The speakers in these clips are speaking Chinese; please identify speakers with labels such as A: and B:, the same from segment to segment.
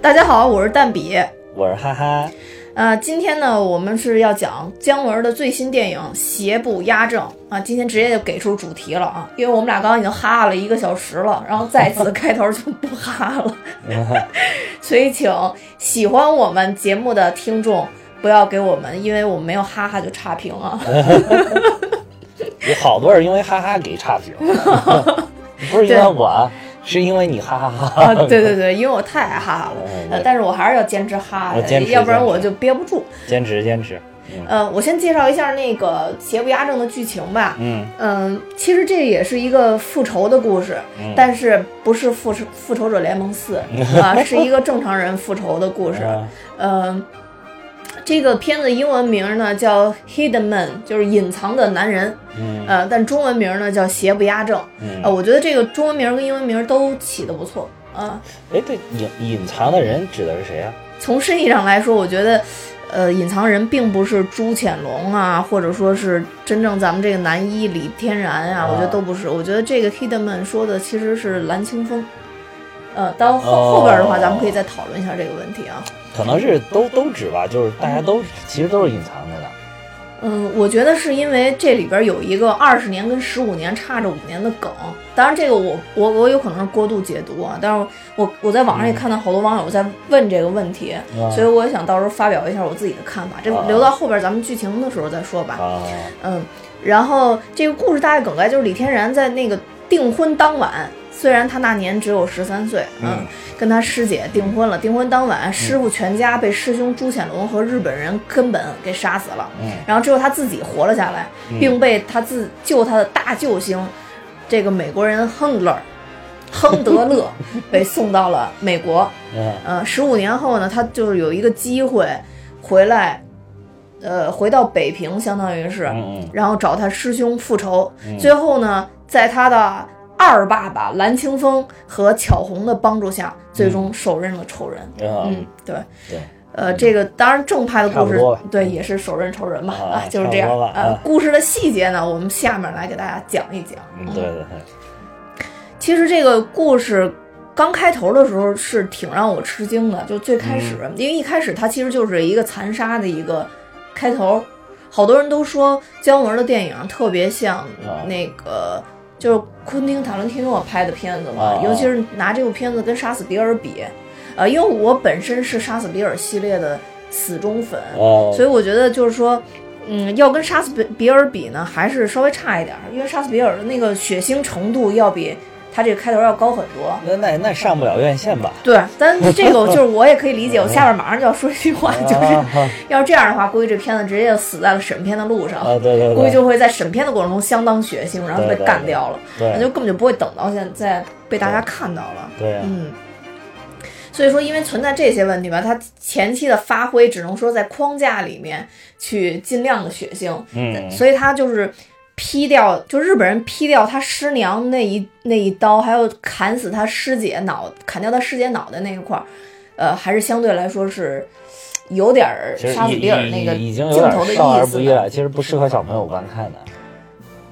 A: 大家好，我是蛋比。
B: 我是哈哈，
A: 呃，今天呢，我们是要讲姜文的最新电影《邪不压正》啊。今天直接就给出主题了啊，因为我们俩刚刚已经哈了一个小时了，然后再次开头就不哈了， 所以请喜欢我们节目的听众不要给我们，因为我们没有哈哈就差评 啊。
B: 有好多人因为哈哈给差评， 不是因为我，啊是因为你哈哈哈。
A: 啊，对对对，因为我太爱哈了，
B: 嗯
A: 呃，但是我还是要坚持哈
B: 我坚持
A: 要不然
B: 坚持
A: 我就憋不住。
B: 坚持坚持，嗯
A: 呃，我先介绍一下那个《邪不压正》的剧情吧。
B: 嗯
A: 嗯，其实这也是一个复仇的故事，
B: 嗯
A: 但是不是复仇复仇者联盟四 啊，是一个正常人复仇的故事。
B: 啊
A: 嗯，这个片子英文名呢叫《Hidden Man》，就是隐藏的男人。
B: 嗯
A: 呃，但中文名呢叫《邪不压正》。呃，
B: 嗯，
A: 我觉得这个中文名跟英文名都起的不错啊。
B: 哎，对，隐隐藏的人指的是谁啊？
A: 从深意上来说，我觉得。呃，隐藏人并不是朱潜龙啊，或者说是真正咱们这个男一李天然啊，我觉得都不是。我觉得这个 Hidman 说的其实是蓝清风。呃，到后、
B: 哦
A: 后边的话，咱们可以再讨论一下这个问题啊。
B: 可能是都都指吧，就是大家都其实都是隐藏着的。
A: 嗯，我觉得是因为这里边有一个二十年跟十五年差着五年的梗，当然这个我我我有可能是过度解读啊，但是我我在网上也看到好多网友在问这个问题，
B: 啊
A: 所以我也想到时候发表一下我自己的看法，这
B: 啊
A: 留到后边咱们剧情的时候再说吧。
B: 啊，
A: 嗯，然后这个故事大概梗概就是李天然在那个订婚当晚，虽然他那年只有十三岁，
B: 嗯
A: 跟他师姐订婚了。订婚当晚，师傅全家被师兄朱潜龙和日本人根本给杀死了，
B: 嗯
A: 然后只有他自己活了下来，并被他自救他的大救星，这个美国人亨勒。亨德勒被送到了美国，
B: 嗯
A: 呃，十五年后呢，他就是有一个机会回来，呃，回到北平，相当于是，
B: 嗯
A: 然后找他师兄复仇。
B: 嗯
A: 最后呢，在他的二爸爸蓝清风和巧红的帮助下，最终手刃了仇人。
B: 嗯
A: 嗯
B: 啊，，
A: 对，
B: 对，
A: 呃，这个当然正派的故
B: 嗯差
A: 事
B: 不多吧，嗯
A: 对，也是手刃仇人嘛，
B: 啊
A: 啊，就是这样
B: 差不多吧
A: 啊
B: 啊。
A: 故事的细节呢，我们下面来给大家讲一讲。
B: 嗯对对对，
A: 其实这个故事刚开头的时候是挺让我吃惊的，就最开始，
B: 嗯
A: 因为一开始它其实就是一个残杀的一个开头。好多人都说姜文的电影特别像
B: 啊
A: 那个，就是昆汀·塔伦蒂诺拍的片子嘛，
B: 啊啊
A: 尤其是拿这部片子跟《杀死比尔》比，呃，因为我本身是《杀死比尔》系列的死忠粉，
B: 哦，
A: 所以我觉得就是说，嗯，要跟杀死比比尔比呢，还是稍微差一点儿，因为杀死比尔的那个血腥程度要比他这个开头要高很多。
B: 那那那上不了院线吧？
A: 对，但这个就是我也可以理解，我下边马上就要说一句话， 就是
B: 啊
A: 要是这样的话，估计这片子直接就死在了审片的路上，
B: 啊，对对
A: 估计
B: 对，
A: 就会在审片的过程中相当血腥，然后被
B: 对对
A: 干
B: 对
A: 掉了，那就
B: 对
A: 根本就不会等到现在被大家看到了。
B: 对啊，
A: 嗯，所以说，因为存在这些问题吧，他前期的发挥只能说在框架里面去尽量的血腥，
B: 嗯，
A: 所以他就是劈掉，就日本人劈掉他师娘那一那一刀，还有砍死他师姐脑，砍掉他师姐脑袋那一块儿，呃，还是相对来说是有点儿
B: 其实
A: 杀死
B: 已
A: 比尔那个
B: 已已经有
A: 镜头的
B: 点少
A: 意
B: 儿
A: 思
B: 不宜
A: 的。
B: 了，其实不适合小朋友观看的。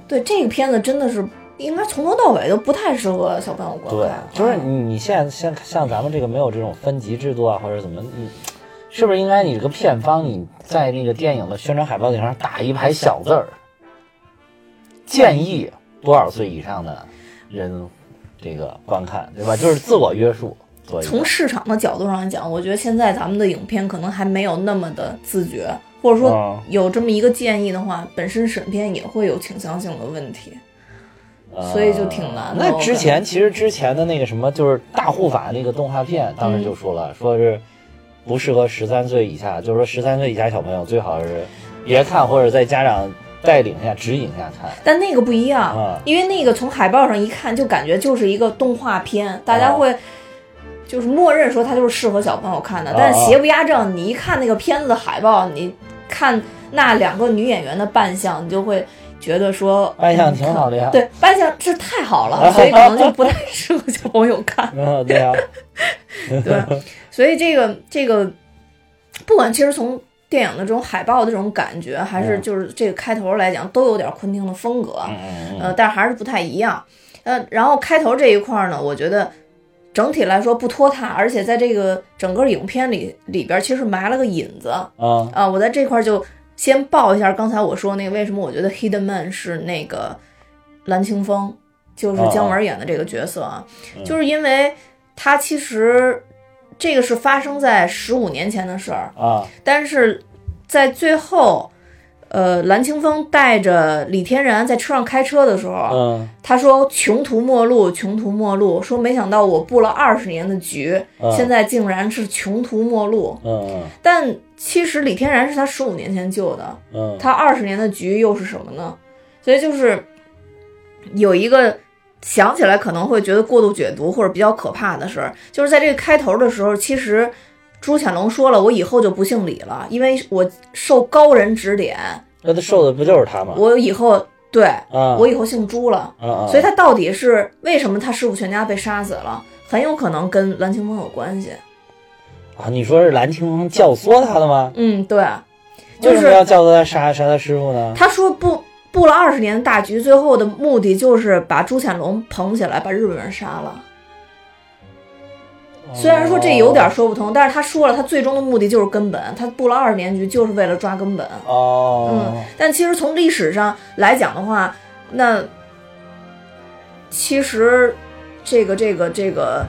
A: 对这个片子真的是应该从头到尾都不太适合小朋友观
B: 对
A: 看，，
B: 就是你你现在像像咱们这个没有这种分级制度啊，或者怎么，你是不是应该你这个片方你在那个电影的宣传海报顶上打一排小字儿，建议多少岁以上的人这个观看，对吧？就是自我约束做一个。
A: 从市场的角度上来讲，我觉得现在咱们的影片可能还没有那么的自觉，或者说
B: 嗯
A: 有这么一个建议的话，本身审片也会有倾向性的问题。所以就挺难的
B: 呃
A: 啊我
B: 那之
A: 感觉
B: 前其实之前的那个什么，就是大护法那个动画片，当
A: 嗯
B: 时就说了，说是不适合十三岁以下，就是说十三岁以下小朋友最好是别看，或者在家长带领下、指引下看。
A: 但那个不一样，
B: 啊
A: 因为那个从海报上一看就感觉就是一个动画片，大
B: 啊
A: 家会就是默认说它就是适合小朋友看的。
B: 啊
A: 但是邪不压正，你一看那个片子的海报，你看那两个女演员的扮相，你就会觉得说哎
B: 扮相挺好的呀。，
A: 对扮相是太好 了，所以可能就不太适合小朋友看。
B: 嗯， 对呀、
A: 对，所以这个这个，不管其实从电影的这种海报的这种感觉，还是
B: 嗯
A: 就是这个开头来讲，都有点昆汀的风格，啊
B: 嗯嗯嗯
A: 呃，但还是不太一样。呃，然后开头这一块儿呢，我觉得整体来说不拖沓，而且在这个整个影片里里边其实埋了个引子
B: 啊，
A: 啊。我在这块儿就先报一下刚才我说那个为什么我觉得 Hidden Man 是那个蓝清风，就是姜文演的这个角色啊，
B: 哦嗯
A: 就是因为他其实这个是发生在十五年前的事儿，
B: 啊，
A: 但是在最后，呃，蓝清风带着李天然在车上开车的时候，啊
B: 嗯
A: 他说穷途末路，穷途末路，说没想到我布了二十年的局，
B: 嗯
A: 现在竟然是穷途末路。
B: 嗯
A: 但其实李天然是他十五年前救的，
B: 嗯
A: 他二十年的局又是什么呢？所以就是有一个想起来可能会觉得过度解读或者比较可怕的事儿，就是在这个开头的时候，其实朱潜龙说了，我以后就不姓李了，因为我受高人指点，
B: 那他受的不就是他吗？
A: 我以后对
B: 啊，
A: 我以后姓朱了。
B: 啊啊，
A: 所以他到底是为什么他师傅全家被杀死了？很有可能跟蓝清风有关系。
B: 啊，你说是蓝青风教唆他的吗？
A: 嗯，对，就
B: 为什么
A: 是
B: 要教唆他杀杀他师傅呢？
A: 他说布布了二十年的大局，最后的目的就是把朱潜龙捧起来，把日本人杀了。
B: 哦
A: 虽然说这有点说不通，但是他说了，他最终的目的就是根本，他布了二十年局就是为了抓根本。
B: 哦，
A: 嗯但其实从历史上来讲的话，那其实这个这个这个，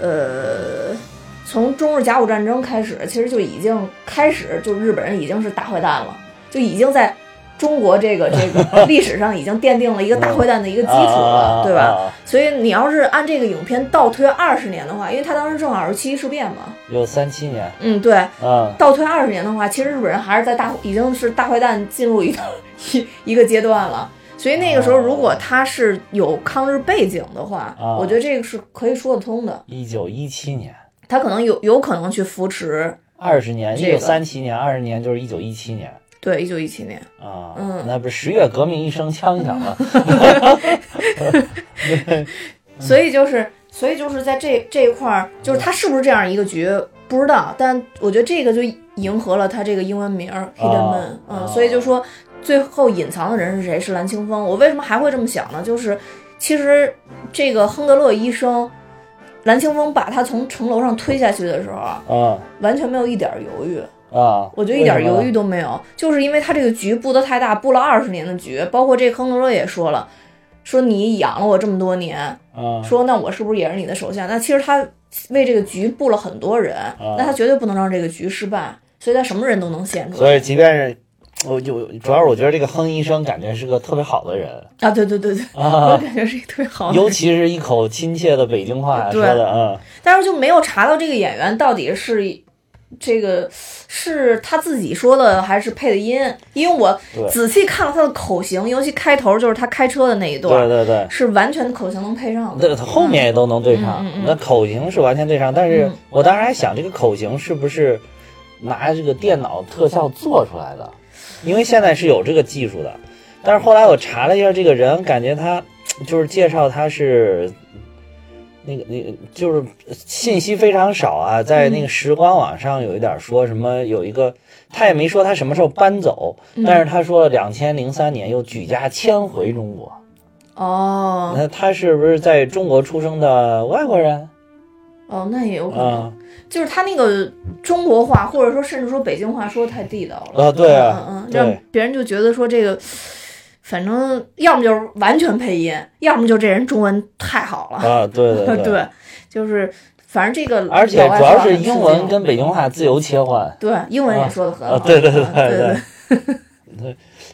A: 呃，从中日甲午战争开始，其实就已经开始，就日本人已经是大坏蛋了，就已经在中国这个这个历史上已经奠定了一个大坏蛋的一个基础
B: 啊
A: 了，对吧？？所以你要是按这个影片倒推二十年的话，因为他当时正好是七一事变嘛，
B: 有三七年，
A: 嗯，对，
B: 嗯
A: 倒推二十年的话，其实日本人还是在大已经是大坏蛋进入一个 一一个阶段了。所以那个时候，
B: 哦
A: 如果他是有抗日背景的话，
B: 哦
A: 我觉得这个是可以说得通的。
B: 一九一
A: 嗯
B: 七年，
A: 他可能有有可能去扶持
B: 二十年，一
A: 这个
B: 九三七年，二十年就是一九一七年。
A: 对一九一七年，
B: 啊，
A: 嗯
B: 那不是十月革命一声枪响了，
A: 所以就是所以就是在这这一块儿，就是他是不是这样一个局不知道，但我觉得这个就迎合了他这个英文名儿 Hidden Man，
B: 哦
A: 嗯，
B: 哦
A: 所以就说最后隐藏的人是谁？是蓝清风。我为什么还会这么想呢？就是其实这个亨德勒医生，蓝清风把他从城楼上推下去的时候啊，
B: 啊
A: 完全没有一点儿犹豫，
B: 啊，
A: 我觉得一点
B: 为什么
A: 犹
B: 呢
A: 豫，都没有，就是因为他这个局布的太大，布了二十年的局，包括这亨德勒也说了，说你养了我这么多年，
B: 啊
A: 说那我是不是也是你的手下？那其实他为这个局布了很多人，
B: 啊
A: 那他绝对不能让这个局失败，所以他什么人都能献出来
B: 所以即便是。我就主要是我觉得这个亨医生感觉是个特别好的人，
A: 啊！对对对对，我
B: 啊，
A: 感觉是一个特别好的人，
B: 尤其是一口亲切的北京
A: 哦
B: 话
A: 对
B: 说的，嗯，
A: 但是就没有查到这个演员到底是。这个是他自己说的还是配的音？因为我
B: 对
A: 仔细看了他的口型，尤其开头就是他开车的那一段，
B: 对对对，
A: 是完全口型能配上的。
B: 那后面也都能对上
A: 嗯嗯嗯，
B: 那口型是完全对上。但是
A: 嗯
B: 我当时还想，这个口型是不是拿这个电脑特效做出来的？因为现在是有这个技术的。但是后来我查了一下，这个人感觉他就是介绍他是那个那个就是信息非常少啊，在
A: 嗯
B: 那个时光网上有一点说什么有一个，他也没说他什么时候搬走，
A: 嗯
B: 但是他说两千零三年又举家迁回中国。
A: 哦
B: 那他是不是在中国出生的外国人
A: 哦，那也有可能，
B: 啊？
A: 就是他那个中国话，或者说甚至说北京话说得太地道了。
B: 啊，对啊，
A: 嗯嗯，
B: 对
A: 让别人就觉得说这个，反正要么就是完全配音，要么就这人中文太好了。
B: 啊，对对对，
A: 对，就是反正这个老外
B: 而且
A: 说话很
B: 主
A: 刺激，
B: 要是英文跟北京话自由切换。
A: 对英文也说的很好。
B: 啊，对对对
A: 嗯对
B: 对，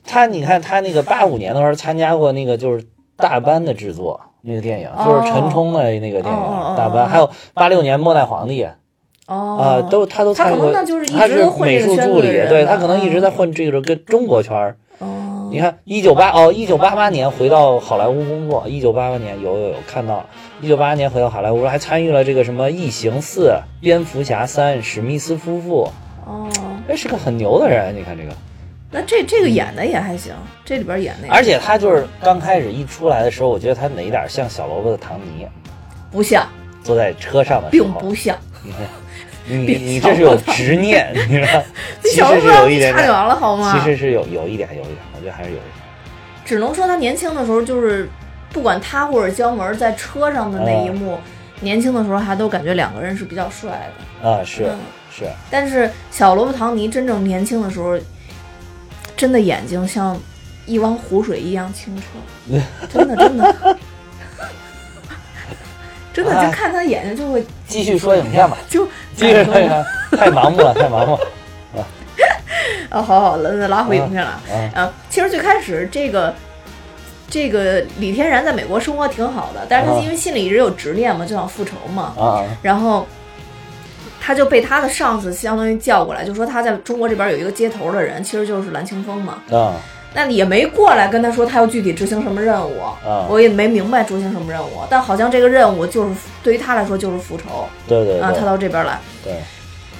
B: 他你看他那个八五年的时候参加过那个就是大班的制作那个电影，就是陈冲的那个电
A: 哦哦哦哦
B: 影大班，还有八六年末代皇帝啊，
A: 哦，
B: 都他都
A: 他可
B: 参
A: 能
B: 过
A: 那。就是一
B: 他
A: 直
B: 是
A: 都混
B: 美
A: 这个
B: 术
A: 圈
B: 助
A: 子
B: 理
A: 的，人啊
B: 对
A: 吧
B: 他可能一直在。混这个跟中国圈儿。
A: 哦，
B: 你看，一九八哦，一九八八年回到好莱坞工作，一九八八年有有有看到，一九八八年回到好莱坞，还参与了这个什么《异形四》《蝙蝠侠三》《史密斯夫妇
A: 哦，》，
B: 哎，是个很牛的人。你看这个，
A: 那这这个演的也还行，这里边演的也
B: 嗯而且他就是刚开始一出来的时候，我觉得他哪点像小萝卜的唐尼，
A: 不像，
B: 坐在车上的时
A: 并
B: 候，
A: 不像。
B: 你你这是有执念，你 知道？
A: 你
B: 其
A: 小
B: 实
A: 时候
B: 是有
A: 让
B: 一
A: 你
B: 点
A: 差远
B: 点，
A: 了好吗？
B: 其实是有有一点有一点，我觉得还是有一点。
A: 只能说他年轻的时候，就是不管他或者姜文在车上的那一幕，年轻的时候还都感觉两个人是比较帅的，
B: 啊，是
A: 嗯
B: 是，
A: 但是小罗伯·唐尼真正年轻的时候，真的眼睛像一汪湖水一样清澈，真的真的，真的就看他眼睛就会
B: 继续说影片吧，
A: 就
B: 继续说影片，太盲目了，太盲目了
A: 啊，好好了，拉回影片了
B: 啊
A: 啊。其实最开始这个。这个李天然在美国生活挺好的，但是他
B: 啊
A: 因为心里一直有执念嘛，就想复仇嘛，
B: 啊
A: 然后他就被他的上司相当于叫过来，就说他在中国这边有一个接头的人，其实就是蓝清风嘛。
B: 啊
A: 那也没过来跟他说他要具体执行什么任务，
B: 啊
A: 我也没明白执行什么任务，但好像这个任务就是对于他来说就是复仇
B: 对对
A: 啊，他
B: 对
A: 到这边来，
B: 对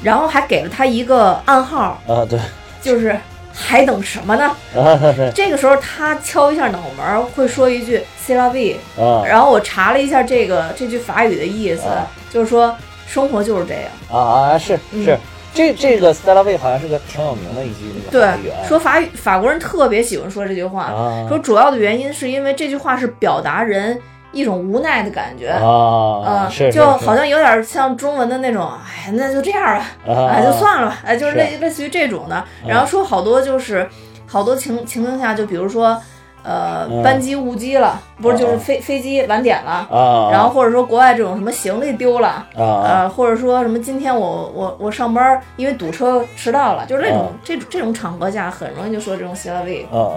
A: 然后还给了他一个暗号，
B: 啊对
A: 就是还等什么呢？
B: 啊对
A: 这个时候他敲一下脑门儿，会说一句 “c'est la vie”，
B: 啊
A: 然后我查了一下这个这句法语的意思，
B: 啊
A: 就是说生活就是这样。
B: 啊啊是是
A: 嗯，
B: 这这个 Stella w 好像是个挺有名的一句那个
A: 对
B: 法语，啊
A: 说法语法国人特别喜欢说这句话，
B: 啊
A: 说主要的原因是因为这句话是表达人一种无奈的感觉。
B: 啊
A: 嗯，
B: 是是
A: 就是好像有点像中文的那种，哎，那就这样吧，
B: 啊
A: 哎，就算了吧，哎，就是
B: 是啊
A: 类类似于这种的。然后说好多就是好多情情境下，就比如说，呃，
B: 嗯
A: 班机误机了，不是就是
B: 啊
A: 飞飞机晚点了，
B: 啊，
A: 然后或者说国外这种什么行李丢了，
B: 啊啊
A: 呃，或者说什么今天我我我上班儿因为堵车迟到了，就是那种、这种这种场合下很容易就说这种 c i l v
B: 啊啊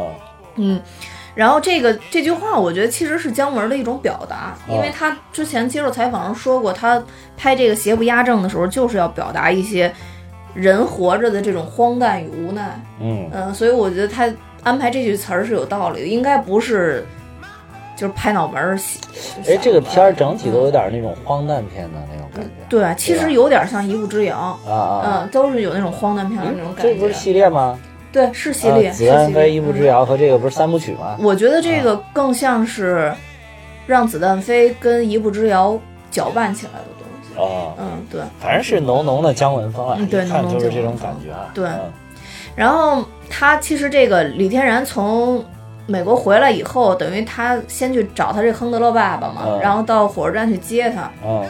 A: 嗯，然后这个这句话我觉得其实是姜文的一种表达，因为
B: 哦
A: 他之前接受采访时说过，他拍这个《邪不压正》的时候就是要表达一些人活着的这种荒诞与无奈，
B: 嗯
A: 嗯、所以我觉得他安排这句词儿是有道理的，应该不是就是拍脑门儿写。
B: 哎，这个片儿整体都有
A: 嗯
B: 点那种荒诞片的那种感觉
A: 对，啊其实有点像《一物之遥》。
B: 啊啊，嗯
A: 嗯，都是有那种荒诞片嗯的那种感觉。
B: 这不是系列吗？
A: 对，是系
B: 啊
A: 列，
B: 子弹
A: 是系
B: 飞、
A: 列嗯
B: 一步之。遥和啊这个不是三部曲吗
A: 嗯？我觉得这个更像是让子弹飞跟一步之遥搅拌起来的东西。
B: 啊，
A: 嗯，对。
B: 反正是浓浓的姜文风啊，
A: 嗯对
B: 一看
A: 浓浓
B: 就是
A: 姜
B: 这
A: 文
B: 种
A: 风
B: 感觉啊。
A: 对
B: 嗯
A: 然后他其实这个李天然从美国回来以后，等于他先去找他这亨德勒爸爸嘛，
B: 嗯
A: 然后到火车站去接他。
B: 嗯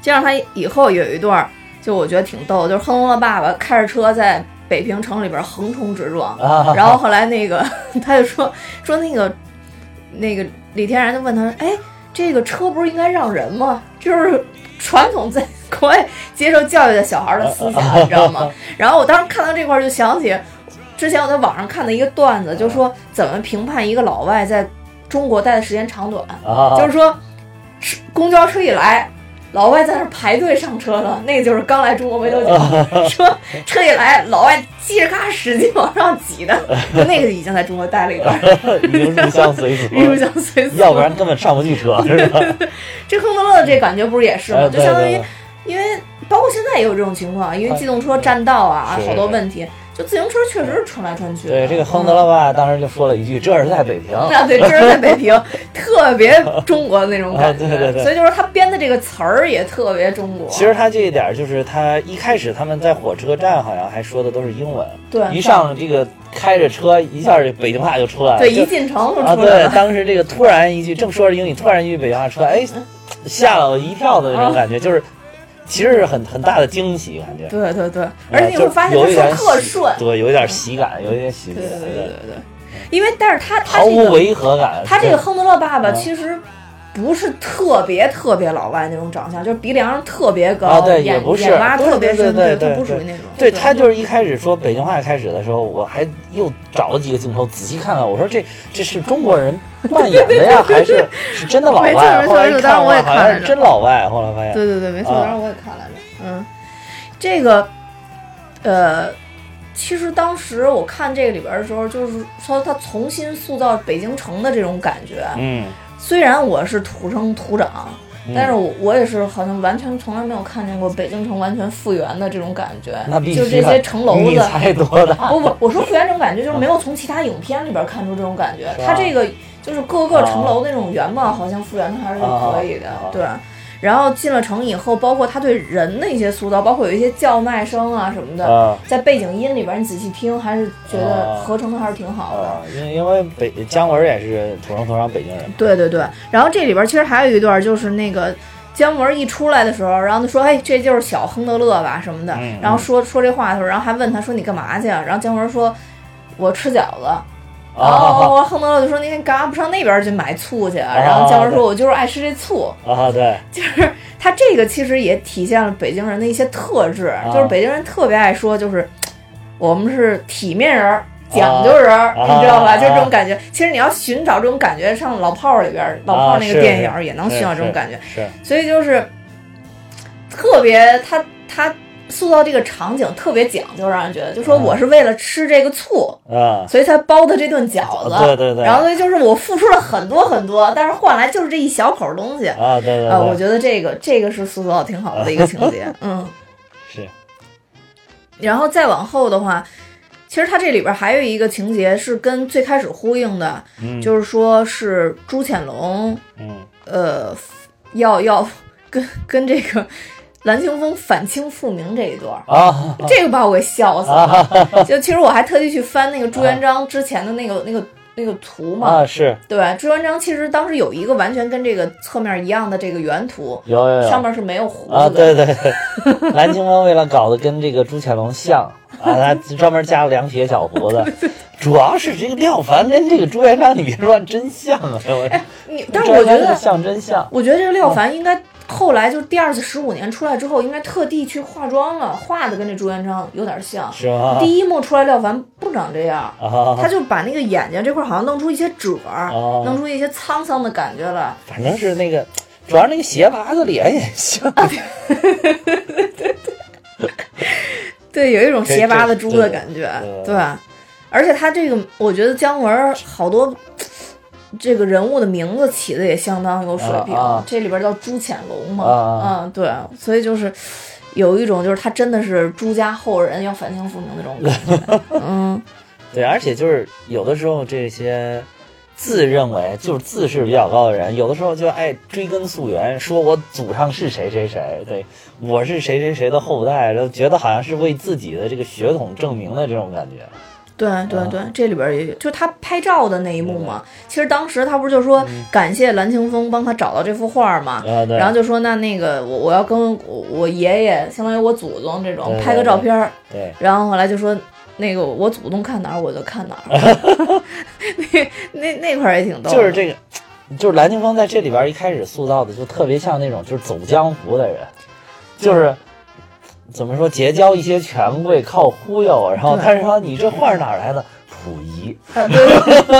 A: 这样他以后有一段儿，就我觉得挺逗，就是亨德勒爸爸开着车在北平城里边儿横冲直撞，
B: 啊，
A: 然后后来那个 他就说说那个那个李天然就问他说，哎，这个车不是应该让人吗？就是传统在国外接受教育的小孩的思想，你知道吗？然后我当时看到这块儿就想起之前我在网上看的一个段子，就说怎么评判一个老外在中国待的时间长短，
B: 啊，
A: 就是说是公交车一来。老外在那儿排队上车了，那个就是刚来中国没多久，
B: 啊
A: 说车一来，老外叽里咔使劲往上挤 的，那个已经在中国待了一段儿，
B: 已经入乡随俗
A: 入
B: 了，
A: 乡随俗。
B: 要不然根本上不去车，是吧？
A: 这亨德勒这感觉不是也 是吗？
B: 哎
A: 就
B: 对
A: 相当于
B: 对，对
A: 因为包括现在也有这种情况，因为
B: 哎
A: 机动车占道啊，
B: 是
A: 好多问题。就自行车确实是穿来穿去的。
B: 对这个亨德勒吧，当时就说了一句：“这是在北平。
A: 嗯。那对，这是在北平， 特别中国的那种感觉。
B: 啊对对对
A: 所以就是他编的这个词儿也特别中国。”
B: 其实他这一点就是他一开始他们在火车站好像还说的都是英文，
A: 对
B: 一上这个开着车一下这北京话就出来了，
A: 对，
B: 就
A: 一进城就
B: 啊，
A: 出来
B: 对，
A: 了。
B: 当时这个突然一句正说着英语，突然一句北京话出来，哎，吓了我一跳的那种感觉，就是其实是很很大的惊喜感觉，
A: 啊对对对，而且你会发现
B: 有
A: 他说
B: 一点
A: 特
B: 喜
A: 顺，
B: 对，有一点喜感，有一点喜
A: 对
B: 感，
A: 对对对对，因为但是他他
B: 毫
A: 这
B: 无
A: 个
B: 违和感。
A: 他这个亨德勒爸爸
B: 嗯
A: 其实不是特别特别老外那种长相，就是鼻梁特别高，
B: 啊对
A: 眼
B: 也不是
A: 眼挖特别
B: 对
A: 深，
B: 对对对
A: 他
B: 对
A: 不属于那种。
B: 对他就是一开始说北京话开始的时候，我还又找了几个镜头仔细看看，我说这这是中国人扮演的 呀，还是是真的老
A: 没错没
B: 外？
A: 错
B: 后来
A: 没错
B: 一
A: 当然
B: 看，
A: 我也
B: 哇，
A: 看
B: 好
A: 了
B: 像是真老外。后来发现，
A: 对对对，没错，
B: 啊
A: 当时我也看来着，嗯，这个，呃，其实当时我看这个里边的时候，就是说他重新塑造北京城的这种感觉。啊
B: 嗯，
A: 虽然我是土生土长，
B: 嗯
A: 但是我我也是好像完全从来没有看见过北京城完全复原的这种感觉
B: 那，必须
A: 就
B: 的
A: 这些城楼
B: 你
A: 子。
B: 才多大？
A: 不不，我说复原这种感觉，就是没有从其他影片里边看出这种感觉。
B: 是吧啊
A: 它这个就是各个城楼那种原貌，好像复原的还是可以的
B: 啊啊啊，
A: 对。然后进了城以后，包括他对人的一些塑造，包括有一些叫卖声啊什么的，
B: 啊
A: 在背景音里边你仔细听，还是觉得合成的还是挺好的。
B: 啊，因为因为北姜文也是土生土长北京人，
A: 对对对，然后这里边其实还有一段就是那个姜文一出来的时候，然后他说：“哎，这就是小亨德勒吧什么的。
B: 嗯”
A: 然后说说这话的时候，然后还问他说：“你干嘛去啊？”然后姜文说：“我吃饺子。”然
B: 啊
A: 后亨德勒就说：“那你干嘛不上那边去买醋去
B: 哦
A: 啊？”然后姜文说：“我就是爱吃这醋。”
B: 啊，对，
A: 就是他这个其实也体现了北京人的一些特质，
B: 啊
A: 就是北京人特别爱说，就是我们是体面人儿。讲究人儿，
B: 啊
A: 你知道吧？
B: 啊
A: 就是这种感觉。其实你要寻找这种感觉，上《老炮儿》里边，《老炮儿》那
B: 啊是
A: 个电影儿
B: 是
A: 也能寻找这种感觉。
B: 是
A: 所以就是特别，他他塑造这个场景特别讲究，让人觉得，就说我是为了吃这个醋，
B: 啊，
A: 所以才包的这顿饺子。
B: 对对对
A: 然后所以就是我付出了很多很多，但是换来就是这一小口儿东西。
B: 啊，对对
A: 啊，我
B: 对，
A: 觉得这个这个是塑造挺好的一个情节， 嗯。
B: 是
A: 然后再往后的话，其实它这里边还有一个情节是跟最开始呼应的，
B: 嗯
A: 就是说是朱潜龙
B: 嗯
A: 呃要要跟跟这个蓝清风反清复明这一段儿。
B: 啊
A: 这个把我给笑死
B: 哦
A: 了，就其实我还特地去翻那个朱元璋之前的那个那个那个图嘛，
B: 啊是
A: 对，朱元璋其实当时有一个完全跟这个侧面一样的这个原图，
B: 有有有
A: 上面是没有胡
B: 啊，
A: 子的，
B: 对对对， 蓝青风为了搞得跟这个朱潜龙像啊，他专门加了两撇小 胡子，主要是这个廖凡跟这个朱元璋，你别说真像啊，我
A: 你，哎但是我觉
B: 朱
A: 得
B: 元璋这个像真像，
A: 我觉得这个廖凡应该后来就是第二次十五年出来之后，应该特地去化妆了，化的跟这朱元璋有点像。
B: 是吗？
A: 第一幕出来廖凡不长这样，
B: 啊，
A: 他就把那个眼睛这块好像弄出一些褶儿
B: 哦，
A: 弄出一些沧桑的感觉来。
B: 反正是那个，主要那个斜拔子脸也像，
A: 对，有一种
B: 这
A: 斜拔
B: 这
A: 子猪的
B: 对
A: 感觉，
B: 对
A: 对吧而且他这个，我觉得姜文儿好多这个人物的名字起的也相当有水平，
B: 啊啊
A: 这里边叫朱潜龙嘛，
B: 啊啊
A: 嗯，对，所以就是有一种就是他真的是朱家后人要反清复明那种感 觉，嗯，
B: 对，而且就是有的时候这些。自认为就是自视比较高的人，有的时候就爱追根溯源，说我祖上是谁谁谁，对我是谁谁谁的后代，然后觉得好像是为自己的这个血统证明的这种感觉。
A: 对对对，
B: 啊
A: 这里边也有，就他拍照的那一幕嘛，其实当时他不是就说
B: 嗯
A: 感谢蓝青风帮他找到这幅画嘛，
B: 啊，对，
A: 然后就说那那个我我要跟我我爷爷，相当于我祖宗这种
B: 对
A: 拍个照片儿，
B: 对，
A: 然后后来就说那个我祖宗看哪儿我就看哪儿， 那那那块儿也挺逗的，
B: 就是这个，就是蓝青峰在这里边一开始塑造的就特别像那种就是走江湖的人，就是怎么说结交一些权贵靠忽悠，然后
A: 对
B: 他说你这画儿哪儿来的？溥仪
A: 啊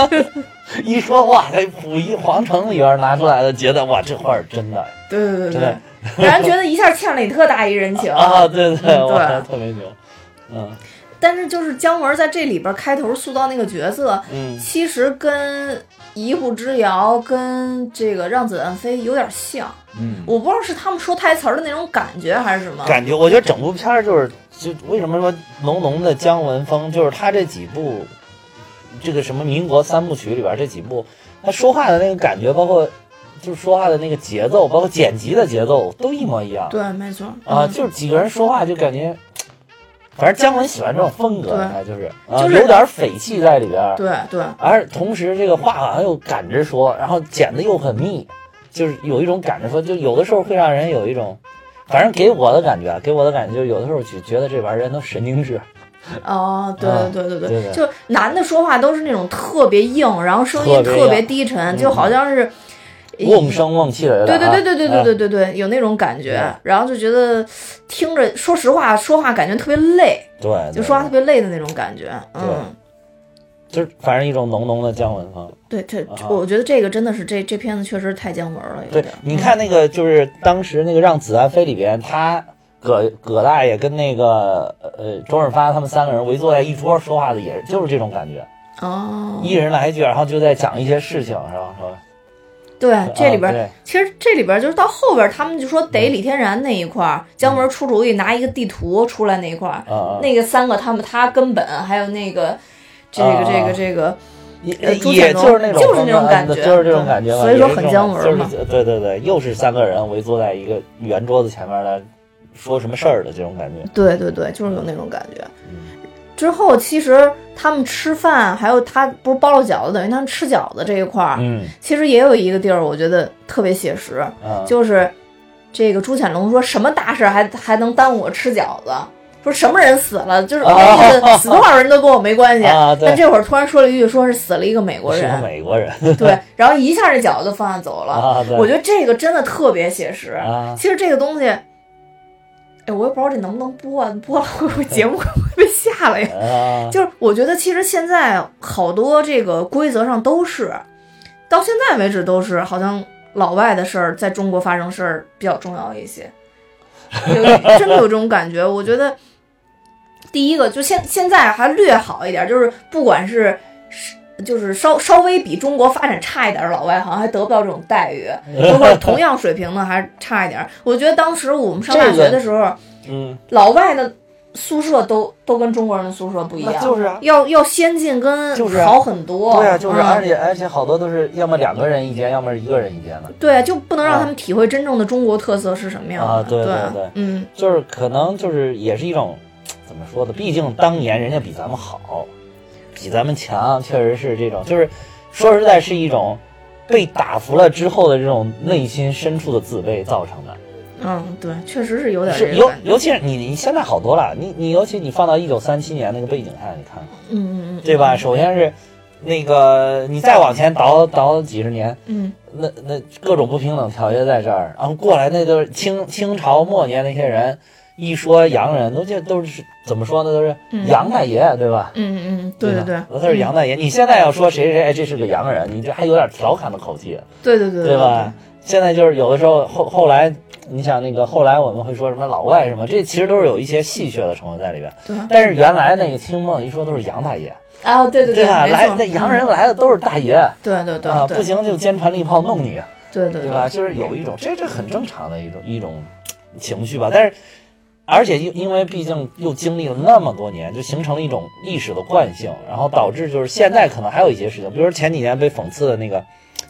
A: 对
B: 一说哎哇，这溥仪皇城里边拿出来的，觉得哇这画儿真的
A: 对对对
B: 真
A: 对
B: 的，
A: 让人觉得一下欠了你特大一人情
B: 啊，对对，
A: 嗯
B: 哇
A: 对
B: 特别牛，嗯
A: 但是就是姜文在这里边开头塑造那个角色，
B: 嗯
A: 其实跟《一步之遥》跟这个《让子弹飞》有点像，
B: 嗯，
A: 我不知道是他们说台词儿的那种感觉还是什么。
B: 感觉我觉得整部片儿就是就为什么说浓浓的姜文风，就是他这几部这个什么民国三部曲里边儿这几部，他说话的那个感觉，包括就是说话的那个节奏，包括剪辑的节奏都一模一样
A: 对，没错
B: 啊，
A: 嗯
B: 就是几个人说话就感觉。反正姜文喜欢这种风格，
A: 对
B: 他就是啊，
A: 就是
B: 有点匪气在里边儿，
A: 对对，
B: 而同时这个话好像又赶着说，然后剪的又很密，就是有一种赶着说，就有的时候会让人有一种，反正给我的感觉，啊，给我的感觉就是有的时候就觉得这玩意儿人都神经质，
A: 哦，对
B: 啊
A: 对对对
B: 对
A: 对，
B: 对
A: 就男的说话都是那种特别硬，然后声音
B: 特别嗯
A: 特别
B: 硬
A: 低沉，就好像是。
B: 瓮声瓮气的有
A: 对对
B: 点啊。
A: 哎
B: 嗯
A: 对对对对
B: 啊
A: 对对对，有那种感觉，然后就觉得听着，说实话，说话感觉特别累，
B: 对对，
A: 就说话特别累的那种感觉。嗯，
B: 就是反正一种浓浓的姜文风。
A: 对，这
B: 啊
A: 我觉得这个真的是这这片子确实太姜文了，有
B: 对
A: 点儿，。
B: 你看那个就是当时那个《让子弹飞》里边，他葛葛大爷跟那个呃周润发他们三个人围坐在一桌说话的，也就是这种感觉，
A: 哦，
B: 一人来一句，然后就在讲一些事情，是吧？是吧？
A: 对，啊这里
B: 啊
A: 边儿
B: 对嗯
A: 其实这里边就是到后边，他们就说逮李天然那一块儿，姜文出主意拿一个地图出来那一块儿，
B: 啊啊
A: 那个三个他们他根本还有那个这
B: 啊
A: 个
B: 啊
A: 这个这个，
B: 也
A: 呃朱
B: 也
A: 显
B: 就是
A: 龙
B: 那种啊
A: 就是那种感觉
B: 就是这种感觉嘛，嗯啊
A: 所以说
B: 也是
A: 很
B: 这种
A: 姜文
B: 就是
A: 嘛
B: 对对对，又是三个人围坐在一个圆桌子前面来说什么事儿的这种感觉。
A: 对对对，就是有那种感觉。
B: 嗯
A: 之后其实他们吃饭，还有他不是包了饺子，等于他们吃饺子这一块儿，
B: 嗯
A: 其实也有一个地儿，我觉得特别写实，
B: 啊，
A: 就是这个朱潜龙说什么大事还还能耽误我吃饺子？说什么人死了，就是我
B: 啊
A: 意思，死多少人都跟我没关系。
B: 啊对
A: 但这会儿突然说了一句，说是死了一个美国
B: 是个
A: 人，
B: 美国人
A: 对，然后一下这饺子就放下走了。
B: 啊，对，
A: 我觉得这个真的特别写实。
B: 啊，
A: 其实这个东西，哎，我也不知道这能不能播，啊，播了会不会节目会不会被下了呀？
B: 啊，
A: 就是我觉得其实现在好多这个规则上都是，到现在为止都是好像老外的事儿在中国发生事儿比较重要一些，有真的有这种感觉。我觉得第一个就现现在还略好一点，就是不管是。是就是稍稍微比中国发展差一点，的老外好像还得不到这种待遇，包括同样水平的还差一点。我觉得当时我们上大学的时候，
B: 嗯，
A: 老外的宿舍都都跟中国人的宿舍不一样，嗯
B: 那就是啊
A: 要要先进跟
B: 就是啊
A: 好很多，
B: 对啊，就是，
A: 嗯
B: 而且而且好多都是要么两个人一间，要么一个人一间的，
A: 对啊，就不能让
B: 啊
A: 他们体会真正的中国特色是什么样的，
B: 啊对
A: 对
B: 对对
A: 嗯，
B: 就是可能就是也是一种怎么说的，毕竟当年人家比咱们好，比咱们强，确实是这种，就是说实在是一种被打服了之后的这种内心深处的自卑造成的。
A: 嗯，对，确实是有点
B: 是
A: 这个
B: 尤
A: 感觉，
B: 尤其是你你现在好多了，你你尤其你放到一九三七年那个背景下，你看看，
A: 嗯嗯嗯，
B: 对吧？首先是那个你再往前倒倒几十年，
A: 嗯
B: 那那各种不平等条约在这儿，然后过来那都是清清朝末年那些人，一说洋人都就都是怎么说呢？都是
A: 嗯
B: 洋大爷，对吧？
A: 嗯嗯嗯，对对
B: 对
A: 对嗯
B: 吧，他是洋大爷。你现在要说谁谁谁，哎这是个洋人，你这还有点调侃的口气，
A: 对对对
B: 对吧？？现在就是有的时候后后来，你想那个后来我们会说什么老外什么，这其实都是有一些戏谑的成分在里边。
A: 对对
B: 但是原来那个清末一说都是洋大爷，
A: 啊，对对
B: 吧？
A: 没
B: 来
A: 错，
B: 那洋人来的都是大爷啊，
A: 对对对
B: 不
A: 对
B: 行就坚船利炮弄你。啊
A: 对对
B: 对吧？就是有一种，这这很正常的一种嗯一种情绪吧。但是，而且因因为毕竟又经历了那么多年，就形成了一种历史的惯性，然后导致就是现在可能还有一些事情，比如说前几年被讽刺的那个，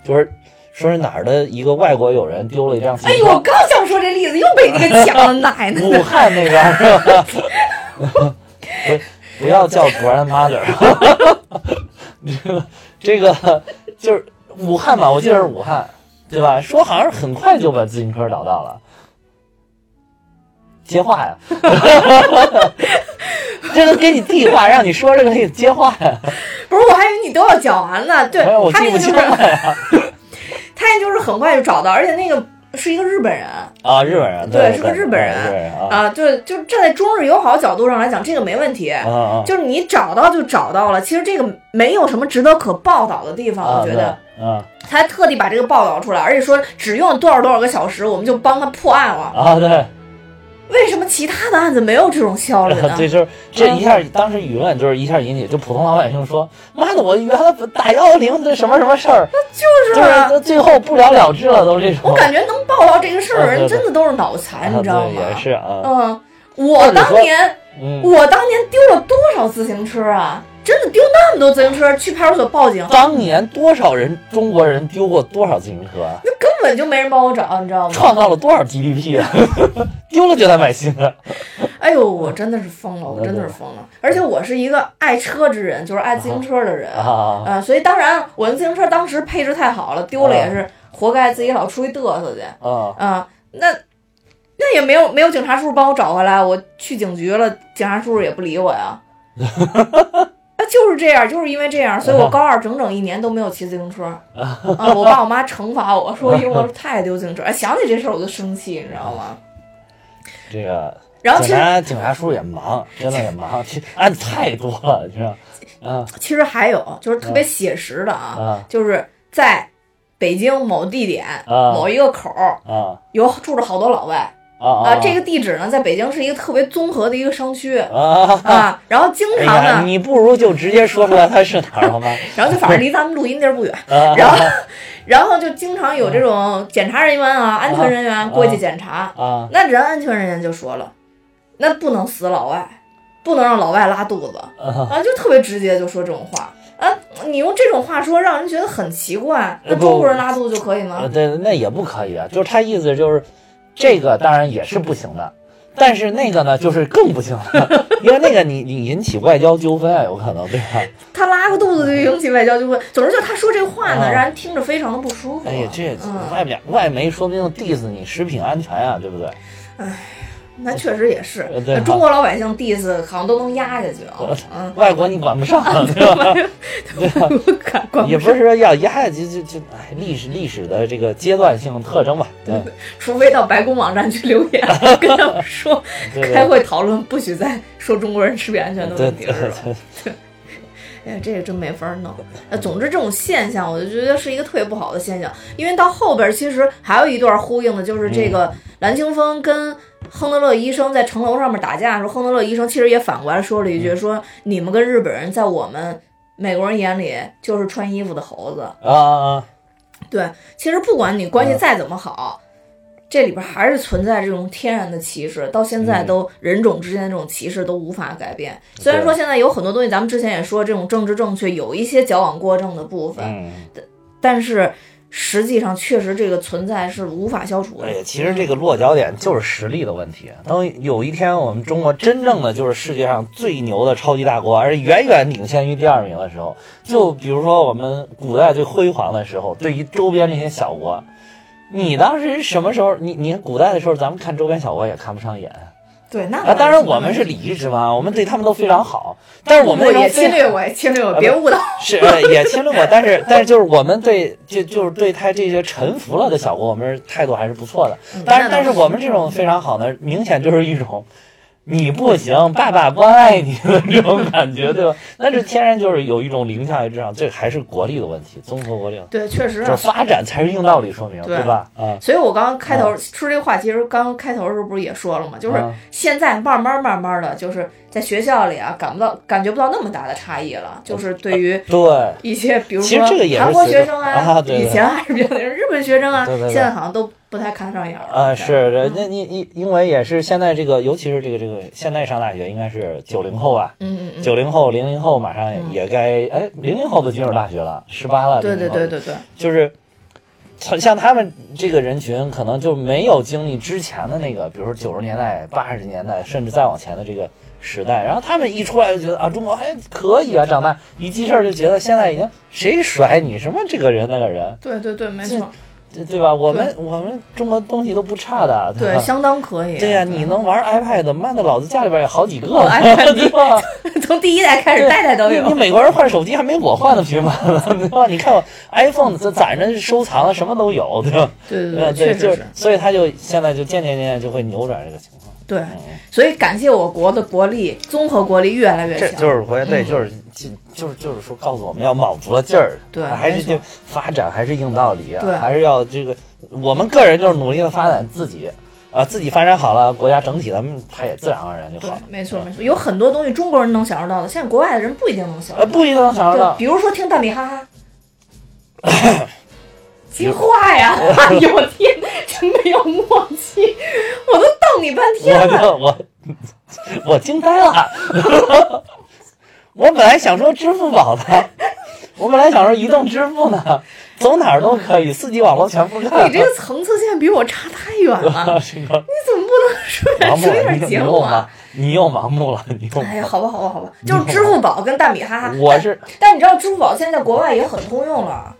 B: 就是说是哪儿的一个外国友人丢了一辆自
A: 哎
B: 行
A: 呦，我
B: 车，
A: 刚想说这例子，又被你给抢 了，奶奶！
B: 武汉那边是吧？ 不不要叫 grandmother，这个这个就是武汉吧，我记得是武汉，对吧？说好像是很快就把自行车找到了，接话呀， 这都给你递话，让你说这个你接话呀，
A: 不是，我还以为你都要讲完呢。对
B: 没有，我，
A: 他
B: 记
A: 那
B: 不
A: 个就
B: 清
A: 是
B: 了呀。
A: 他那就是很快就找到，而且那个是一个日本人
B: 啊，日本人，
A: 对
B: 对，
A: 是个日本人
B: 对日本人啊
A: 啊，对，就是站在中日友好角度上来讲，这个没问题。
B: 啊啊，
A: 就是你找到就找到了，其实这个没有什么值得可报道的地方，
B: 啊
A: 我觉得
B: 对啊
A: 他还特地把这个报道出来，而且说只用多少多少个小时，我们就帮他破案了。
B: 啊，对。
A: 为什么其他的案子没有这种效率呢？
B: 对，就是这一下，当时舆论就是一下引起，就普通老百姓说：“妈的，我原来打幺幺零这什么什么事儿，
A: 就是啊，
B: 就是最后不了了之了，都这种。”
A: 我感觉能报道这个事儿的
B: 啊对
A: 人
B: 对
A: 真的都是脑残，你知道
B: 啊对
A: 吗？
B: 也是啊，
A: 嗯，
B: 那
A: 我
B: 你
A: 当
B: 说
A: 年
B: 嗯，
A: 我当年丢了多少自行车啊！真的丢那么多自行车，去派出所报警，
B: 当年多少人中国人丢过多少自行车啊，
A: 那根本就没人帮我找，你知道吗？
B: 创造了多少 GDP 啊？ 丢了就得买新的。
A: 哎呦，我真的是疯了，我真的是疯了！而且我是一个爱车之人，就是爱自行车的人
B: 啊
A: 啊，所以当然我的自行车当时配置太好了，丢了也是活该，自己老出去嘚瑟去
B: 啊
A: 啊。那那也没有没有警察叔叔帮我找回来，我去警局了，警察叔叔也不理我呀。那就是这样，就是因为这样，所以我高二整整一年都没有骑自行车。啊，我爸我妈惩罚我说，因为我太丢自行车。哎，想起这事儿我就生气，你知道吗？
B: 这个
A: 然后其
B: 警
A: 实
B: 察警察叔叔也忙，真的也忙，其案子太多了，你知道？啊
A: 其实还有就是特别写实的啊，
B: 啊
A: 就是在北京某地点、
B: 啊
A: 某一个口儿
B: 啊
A: 有住着好多老外
B: 啊啊
A: 啊。这个地址呢，在北京是一个特别综合的一个商区
B: 啊。
A: 啊。然后经
B: 哎
A: 常
B: 呀，
A: 呢，
B: 你不如就直接说出来他是哪儿好吗？
A: 然后就反正离咱们录音地儿不远，
B: 啊
A: 然后然后就经常有这种检查人员啊、安全人员过去检查。
B: 啊
A: 那人安全人员就说了，那不能死老外，不能让老外拉肚子
B: 啊！
A: 啊，就特别直接就说这种话。啊，你用这种话说，让人觉得很奇怪。那
B: 呃不
A: 中国人拉肚子就可以吗
B: 呃，？对，那也不可以啊。就是他意思就是，这个当然也是不行的，但是那个呢，就是更不行了，因为那个你你引起外交纠纷啊，有可能对吧？
A: 他拉个肚子就引起外交纠纷，总之就是他说这话呢，
B: 啊
A: 让人听着非常的不舒服。
B: 哎呀，这
A: 嗯
B: 外面外媒说不定 diss 你食品安全啊，对不对？
A: 那确实也是
B: 呃对，
A: 中国老百姓 diss 好像都能压下去啊，嗯，
B: 外国你管不上，啊对吧？
A: 管管
B: 也
A: 不
B: 不是说要压下去，就就哎，历史历史的这个阶段性特征吧，对
A: 除非到白宫网站去留 言，跟他们说
B: 对对
A: 开会讨论不许再说中国人食品安全的
B: 对
A: 问题
B: 对
A: 了是
B: 对
A: 吧？哎，这个真没法弄。呃，总之这种现象，我就觉得是一个特别不好的现象，因为到后边儿其实还有一段呼应的，就是这个蓝清风跟亨德勒医生在城楼上面打架的时候，亨德勒医生其实也反过来说了一句，说你们跟日本人在我们美国人眼里就是穿衣服的猴子。
B: 啊啊，啊
A: 对，其实不管你关
B: 嗯
A: 系再怎么好，这里边还是存在这种天然的歧视，到现
B: 嗯
A: 在都人种之间这种歧视都无法改变。虽然说现在有很多东西，咱们之前也说，这种政治正确有一些矫枉过正的部分，
B: 嗯，
A: 但是实际上确实这个存在是无法消除的。
B: 哎呀，其实这个落脚点就是实力的问题。啊当有一天我们中国真正的就是世界上最牛的超级大国，而远远领先于第二名的时候，就比如说我们古代最辉煌的时候，对于周边这些小国，你当时什么时候？你你古代的时候，咱们看周边小国也看不上眼
A: 嗯对，那
B: 啊。当然，我们是礼仪之邦，我们对他们都非常好，但是我们那
A: 我
B: 种
A: 也
B: 非啊
A: 侵略我，也侵略我，别误导。
B: 是呃也侵略过，但是但是就是我们对就就是对他这些臣服了的小国，我们态度还是不错的。但是
A: 嗯那倒
B: 嗯但是
A: 是
B: 我们这种非常好的，明显就是一种你不行， 爸爸关爱你的这种感觉， 对吧？但是天然就是有一种凌驾于之上，这还是国力的问题，综合国力。
A: 对，确实、
B: 就是
A: 啊。
B: 发展才是硬道理说明，
A: 对
B: 对吧？啊，
A: 所以我刚刚开头说这话，其实刚刚开头的时候不是也说了吗？就是
B: 嗯
A: 现在慢慢慢慢的，就是在学校里啊，感不到感觉不到那么大的差异了。就是对于
B: 对，
A: 一些，比如
B: 其
A: 说
B: 实这个也是
A: 韩国学生
B: 啊对对
A: 以前还是比较那种日本学生啊，
B: 对对对
A: 现在好像都不太看上眼儿了
B: 啊，是，这那你因因为也是现在这个，尤其是这个这个现在上大学应该是九零后吧，
A: 嗯嗯嗯，
B: 九零后、零零后马上也也该哎，零零后都进入大学了，十八了。
A: 对对
B: 00后
A: 对，对对，
B: 就是像像他们这个人群，可能就没有经历之前的那个，比如说九十年代、八十年代，甚至再往前的这个时代。然后他们一出来就觉得啊，中国还可以啊，长大一记事儿就觉得现在已经谁甩你什么这个人那个人，
A: 对对对，没
B: 啊
A: 错，
B: 对对吧？我们我们中国东西都不差的，
A: 对，
B: 吧？
A: 相当可以。
B: 对呀、你能玩 iPad，妈的，老子家里边有好几个了，
A: 哦 iPad
B: 对吧？
A: 从第一代开始，
B: 对
A: 代代都
B: 你你
A: 有。
B: 美国人换手机还没我换的频繁呢，对吧？你看我 iPhone 这攒着收藏了，什么都有，对吧？
A: 对对
B: 呃
A: 对，确
B: 对，就
A: 实
B: 是
A: 是，
B: 所以他就现在就渐渐渐渐就会扭转这个情况。
A: 对。
B: 嗯，
A: 所以感谢我国的国力，综合国力越来越
B: 这
A: 强。
B: 就是回来对，就是进就是就是说告诉我们要卯足了劲儿，
A: 嗯对
B: 还是
A: 没错
B: 就发展还是硬道理啊，
A: 对
B: 还是要这个我们个人就是努力的发展自己。啊，自己发展好了，国家整体咱们它也自然而然就
A: 对
B: 好了，。
A: 没错没错，有很多东西中国人能享受到的，现在国外的人不一定能享受
B: 呃，
A: 到。
B: 不一定能想得
A: 对，
B: 到，
A: 比如说听蛋比哈 哈，接话 呀！哎呦我天，真没有默契，我都瞪你半天
B: 我
A: 了。
B: 就我我惊呆了， 我本来想说支付宝的，我本来想说移动支付呢，走哪儿都可以，四 G 网络全覆盖。
A: 你这个层次现在比我差太远 了，
B: 这
A: 你怎
B: 个
A: 么不能说
B: 盲
A: 点
B: 目
A: 说
B: 了，
A: 啊点
B: 你
A: 结
B: 又
A: 果
B: 盲
A: 啊？，
B: 你又盲目了，你又
A: 哎
B: 盲
A: 呀，
B: 目
A: 好吧，好吧，好吧，就是支付宝跟蛋比哈哈，
B: 我是
A: 但你知道支付宝现在在国外也很通用了，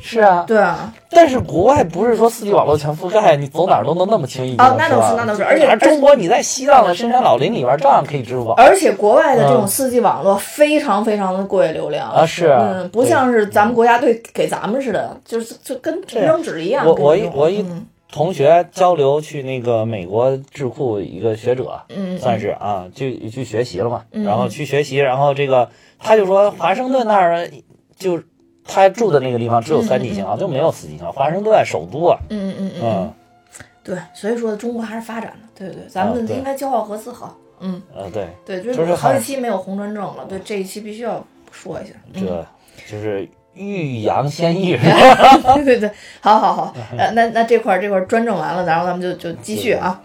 B: 是啊，
A: 对啊，
B: 但是国外不是说四 G 网络全覆盖，你走哪儿都能那么轻易
A: 哦那倒是
B: 吧
A: 那倒是而且嗯
B: 而中国你在西藏的深山老林里边照样可以支付宝
A: 而且国外的这种
B: 嗯
A: 四 G 网络非常非常的贵流量
B: 啊，是啊
A: 嗯，不像是咱们国家队给咱们似的，就是就跟扔纸一样。
B: 啊我
A: 跟
B: 我
A: 那
B: 一
A: 种
B: 我一
A: 嗯
B: 同学交流去那个美国智库一个学者，
A: 嗯
B: 算是啊，去去学习了嘛，
A: 嗯
B: 然后去学习，然后这个他就说华盛顿那儿就他住的那个地方只有三 G 信号，就没有四 G 信号，华盛顿首都啊，
A: 嗯嗯嗯嗯，
B: 嗯
A: 对，所以说中国还是发展的，对对，咱
B: 啊
A: 们
B: 对
A: 应该骄傲和自豪。嗯，
B: 呃对，
A: 对，
B: 就是嗯
A: 好
B: 还
A: 几期没有红专政了，对这一期必须要说一下。嗯，
B: 这就是欲扬先抑，是吧嗯
A: 对对对，好好好，呃，那那这块儿这块儿专政完了，然后咱们就就继续啊。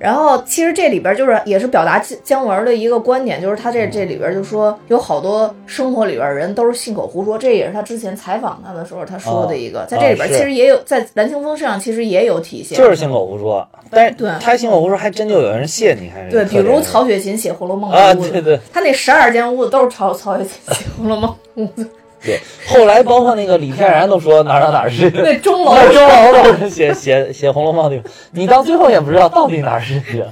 A: 然后其实这里边就是也是表达姜姜文的一个观点，就是他这
B: 嗯
A: 这里边就说有好多生活里边人都是信口胡说，这也是他之前采访他的时候他说的一个，
B: 哦
A: 在这里边
B: 哦是
A: 其实也有在蓝青峰身上其实也有体现，
B: 就是信口胡说，但是
A: 对
B: 他信口胡说还真就有人信，你看这
A: 对，
B: 个
A: 比
B: 特点
A: 如曹雪芹写《红楼梦》
B: 啊，
A: 的屋子，
B: 对对
A: 他那十二间屋子都是曹曹雪芹写《红楼梦》屋子，
B: 对，后来包括那个李天然都说哪儿哪儿哪儿是
A: 那钟楼哦
B: 那钟楼都是写写写《红楼梦》的地方，你到最后也不知道到底哪儿是这个。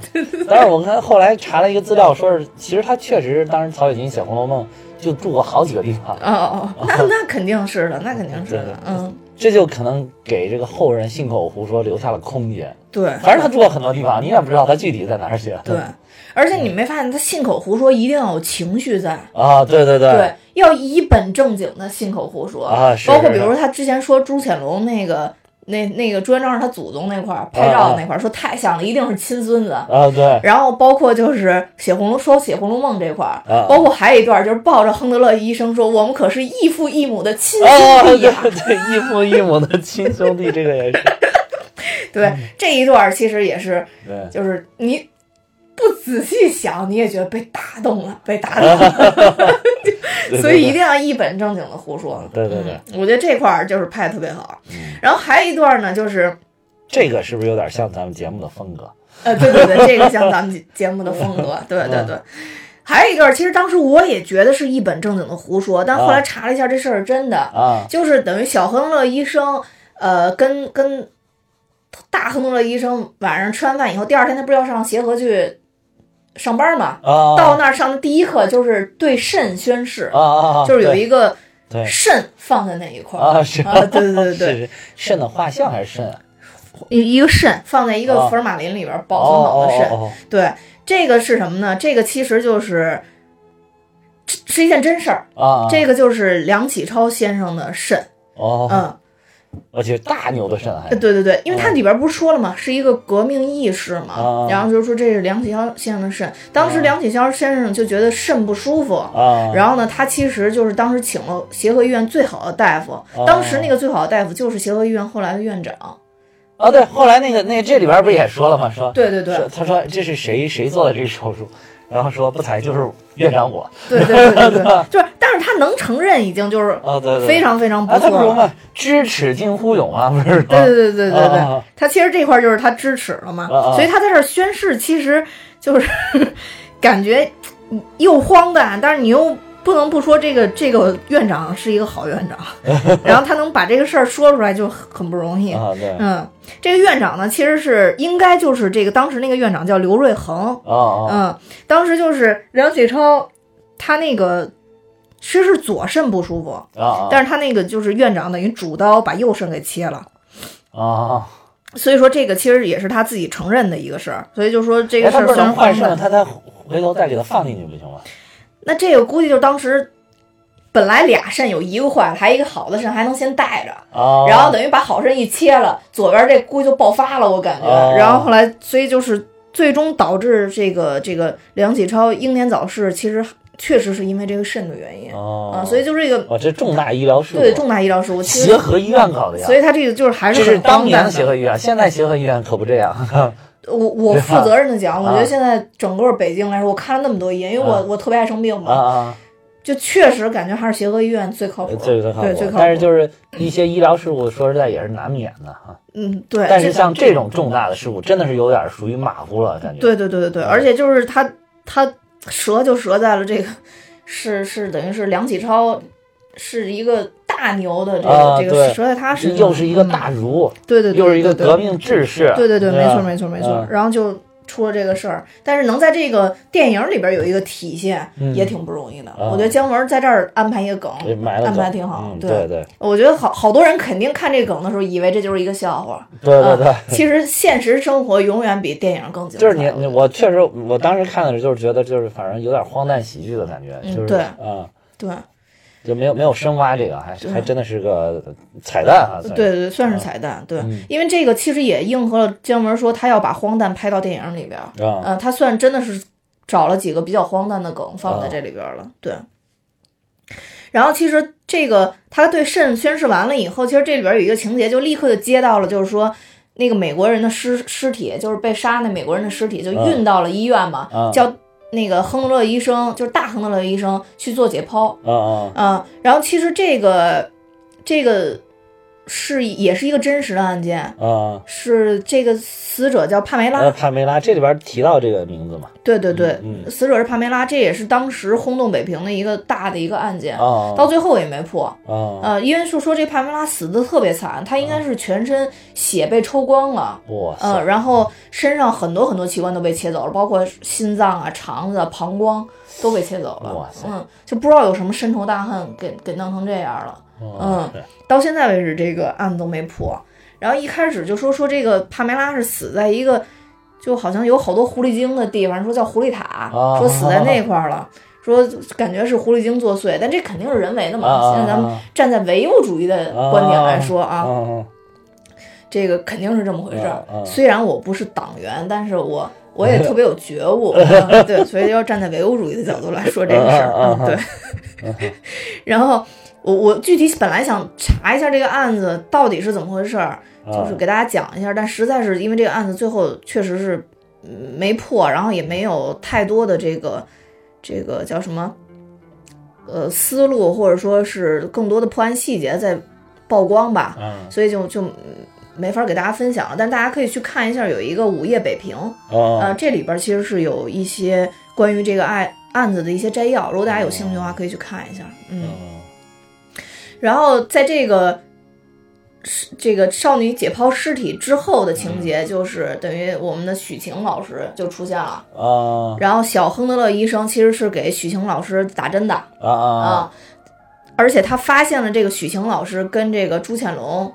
B: 但是我看后来查了一个资料，说是其实他确实当时曹雪芹写《红楼梦》就住过好几个地方，
A: 哦哦，那
B: 啊
A: 那肯定是的，那肯定是的，嗯，
B: 这就可能给这个后人信口胡说留下了空间。
A: 对，
B: 反正他住过很多地方，你也不知道他具体在哪儿写。
A: 对，而且你没发现他信口胡说一定要有情绪在，
B: 啊，对对对
A: 对，要一本正经的信口胡说
B: 啊是
A: 包括
B: 是
A: 比
B: 是
A: 如他之前说朱潜龙那个。那那个朱元璋是他祖宗那块儿拍照那块儿说太像了，一定是亲孙子。
B: 啊 对
A: 然后包括就是写红楼说写《红楼梦》这块儿
B: 啊，
A: 包括还有一段就是抱着亨德勒医生说我们可是异父异母的亲
B: 啊
A: 兄
B: 对
A: 弟呀。
B: 对，异父异母的亲兄弟，这 个也是嗯
A: 对，这一段其实也是，
B: 对。
A: 就是你不仔细想，你也觉得被打动了，被打动 了。
B: 对
A: 所以一定要一本正经的胡说。
B: 对对嗯对
A: 嗯，我觉得这块儿就是拍的特别好。然后还有一段呢，就是
B: 这个是不是有点像咱们节目的风格？
A: 呃，对对对，这个像咱们节节目的风格，
B: 嗯
A: 对对对。还有一段，其实当时我也觉得是一本正经的胡说，但后来查了一下，这事儿是真的，
B: 啊
A: 就是等于小亨德勒医生，呃，跟跟大亨德勒医生晚上吃完饭以后，第二天他不是要上协和去上班嘛？
B: 啊！
A: 到那儿上的第一课就是对肾宣誓，
B: 啊啊，
A: 就是有
B: 对
A: 一个
B: 对
A: 肾放在那一块儿，
B: 啊是
A: 啊对对对对
B: 是是肾的画像还是肾啊？
A: 一一个肾放在一个
B: 哦
A: 福尔马林里边
B: 哦
A: 保存好
B: 哦
A: 的肾。
B: 哦
A: 对，这个是什么呢？这个其实就是这是一件真事儿，
B: 哦啊！
A: 这个就是梁启超先生的肾。
B: 哦，
A: 嗯，
B: 我去大牛的肾还
A: 对对对，因为它里边不是说了嘛，是一个革命义士嘛
B: 哦，
A: 然后就是说这是梁启超先生的肾。当时梁启超先生就觉得肾不舒服，
B: 啊，
A: 然后呢，他其实就是当时请了协和医院最好的大
B: 啊
A: 夫，当时那个最好的大夫就是协和医院后来的院长。
B: 哦对，后来那个那个这里边不是也说了吗？说
A: 对对对
B: 说他说这是谁谁做的这个手术，然后说不才就是院长我
A: 对对对对 对，就是，但是他能承认已经就是
B: 啊，对对，
A: 非常非常不
B: 啊，他
A: 错
B: 不是
A: 了。
B: 嘛，知耻近乎 勇啊，不是吗？
A: 对对对对对
B: 啊
A: 对
B: 啊，
A: 他其实这块儿就是他支持了嘛
B: 啊啊，
A: 所以他在这儿宣誓，其实就是 感觉又荒诞，但是你又不能不说这个这个院长是一个好 院长，然后他能把这个事儿说出来就很很不容易。
B: 啊对啊
A: 嗯，这个院长呢，其实是应该就是这个当时那个院长叫刘瑞恒，
B: 啊
A: 嗯，当时就是梁启超，他那个其实是左肾不舒服，
B: 啊啊
A: 但是他那个就是院长等于主刀把右肾给切了，
B: 啊！
A: 所以说这个其实也是他自己承认的一个事儿，所以就说这
B: 哎，
A: 个事
B: 他
A: 儿
B: 不是
A: 虽然
B: 能换
A: 荒
B: 肾了，
A: 诞，
B: 他再回头再给他放进去不行吗？
A: 那这个估计就是当时本来俩肾有一个坏了，还一个好的肾还能先带着。
B: 啊，
A: 然后等于把好肾一切了，左边这估计就爆发了，我感觉。
B: 哦
A: 然后后来，所以就是最终导致这个这个梁启超英年早逝，其实确实是因为这个肾的原因、
B: 哦
A: 啊，所以就是这个
B: 哇，这重大医疗事故，
A: 对重大医疗事故，其
B: 协
A: 实
B: 和医院搞的呀
A: 所。以他这个就是还
B: 这
A: 是
B: 是
A: 很
B: 当
A: 荒
B: 年
A: 诞
B: 的协
A: 的。
B: 和医院，现在协和医院可不这样。
A: 我我
B: 对吧
A: 负责任的讲，我觉
B: 啊
A: 得现在整个北京来说，我看了那么多医院，因为我
B: 啊
A: 我特别爱生病
B: 啊呃
A: 嘛，
B: 啊，
A: 就确实感觉还是协和医院最靠谱，
B: 这个靠
A: 对
B: 谱
A: 最靠谱。
B: 但是就是一些医疗事故，说实在也是难免的哈。
A: 嗯对，
B: 但是
A: 这
B: 像这种重大的事故，真的是有点属于马虎了，感觉。
A: 对对对对对，
B: 啊
A: 而且就是他他折就折在了这个是是等于是梁启超是一个大牛的这个、
B: 啊
A: 这个
B: 对
A: 折在他身上，嗯
B: 又是一个大儒，
A: 对对对，
B: 又是一个
A: 对
B: 革，命志士。
A: 对对对，没
B: 吧
A: 错没错没错
B: 嗯，
A: 然后就。出了这个事儿，但是能在这个电影里边有一个体现，
B: 嗯
A: 也挺不容易的。
B: 啊
A: 我觉得姜文在这儿安排一个梗，
B: 对埋了
A: 安排
B: 梗
A: 挺好
B: 嗯
A: 对
B: 对对
A: 我觉得好好多人肯定看这梗的时候以为这就是一个笑 话，
B: 对对
A: 啊
B: 对。
A: 其实现实生活永远比电影更精彩。
B: 就是你，你我确实，我当时看的时候，就是觉得，就是反正有点荒诞喜剧的感觉，
A: 嗯
B: 就是
A: 对
B: 啊、
A: 对，
B: 就没有没有深挖这个，还
A: 对
B: 还真的是个彩蛋啊，算是
A: 对对，算是彩蛋，对，
B: 嗯
A: 因为这个其实也应和了姜文说他要把荒诞拍到电影里边儿，
B: 啊、
A: 嗯，他算真的是找了几个比较荒诞的梗放
B: 啊
A: 在这里边儿了，对。然后其实这个他对肾宣誓完了以后，其实这里边儿有一个情节，就立刻就接到了，就是说那个美国人的尸尸体，就是被杀那美国人的尸体，就
B: 嗯
A: 运到了医院嘛，
B: 嗯
A: 叫那个亨德勒医生，就是大亨德勒医生去做解剖。
B: 啊啊
A: 嗯，然后其实这个这个是也是一个真实的案件，
B: 啊！
A: 是这个死者叫帕梅拉，
B: 呃，帕梅拉这里边提到这个名字嘛？
A: 对对对，
B: 嗯
A: 死者是帕梅拉，这也是当时轰动北平的一个大的一个案件，
B: 啊
A: 到最后也没破。
B: 啊！
A: 呃，因为是说这帕梅拉死的特别惨，她应
B: 哦
A: 该是全身血被抽光了。
B: 哇塞！
A: 嗯，然后身上很多很多器官都被切走了，包括心脏啊、肠子、啊、膀胱都被切走
B: 哇
A: 了。
B: 塞
A: 嗯，就不知道有什么深仇大恨给给弄成这样了。
B: 哦
A: 嗯
B: 是
A: 到现在为止，这个案子都没破。然后一开始就说说这个帕梅拉是死在一个就好像有好多狐狸精的地方，说叫狐狸塔，
B: 啊
A: 说死在那块儿了，说感觉是狐狸精作祟，但这肯定是人为的嘛。
B: 啊
A: 现在咱们
B: 啊
A: 站在唯物主义的观点来说啊，
B: 啊啊
A: 这个肯定是这么回事儿。
B: 啊啊
A: 虽然我不是党员，但是我我也特别有觉 悟，嗯对，所以要站在唯物主义的角度来说这个事儿，
B: 啊啊啊
A: 嗯对。然后我我具体本来想查一下这个案子到底是怎么回事儿，
B: 啊
A: 就是给大家讲一下，但实在是因为这个案子最后确实是嗯没破，然后也没有太多的这个这个叫什么呃思路，或者说是更多的破案细节在曝光吧，
B: 啊
A: 所以就就嗯没法给大家分享了。但大家可以去看一下，有一个《午夜北平》呃，
B: 啊
A: 这里边其实是有一些关于这个案案子的一些摘要，如果大家有兴趣的话，可以去看一下。哦嗯，然后在这个是这个少女解剖尸体之后的情
B: 嗯
A: 节，就是等于我们的许晴老师就出现了。
B: 啊
A: 然后小亨德勒医生其实是给许晴老师打针的啊、
B: 啊啊！
A: 而且他发现了这个许晴老师跟这个朱潜龙，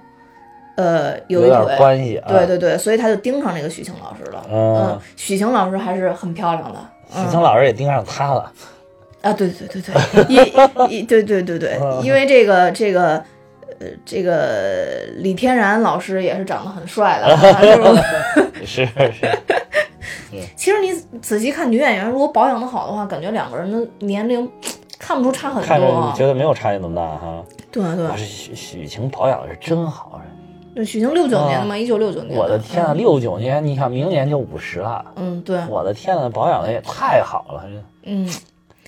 A: 呃，有一
B: 点
A: 腿。
B: 关系啊。
A: 对对对，所以他就盯上这个许晴老师了。
B: 嗯
A: 嗯，许晴老师还是很漂亮的。嗯
B: 许晴老师也盯上他了。
A: 啊，对对对对，一一对对对对，
B: 啊
A: 因为这个这个呃这个李天然老师也是长得很帅的啊，就是
B: 是是，
A: 其实你仔细看女演员，如果保养的好的话，感觉两个人的年龄看不出差很
B: 看着你
A: 多。啊
B: 觉得没有差距那么大哈。
A: 对对
B: 我，是许许晴保养的是真好。啊
A: 对许晴六九年的嘛，一九六九年。
B: 我的天啊，！六九年，你想明年就五十了。
A: 嗯，对，
B: 我的天呐，保养的也太好了！
A: 嗯，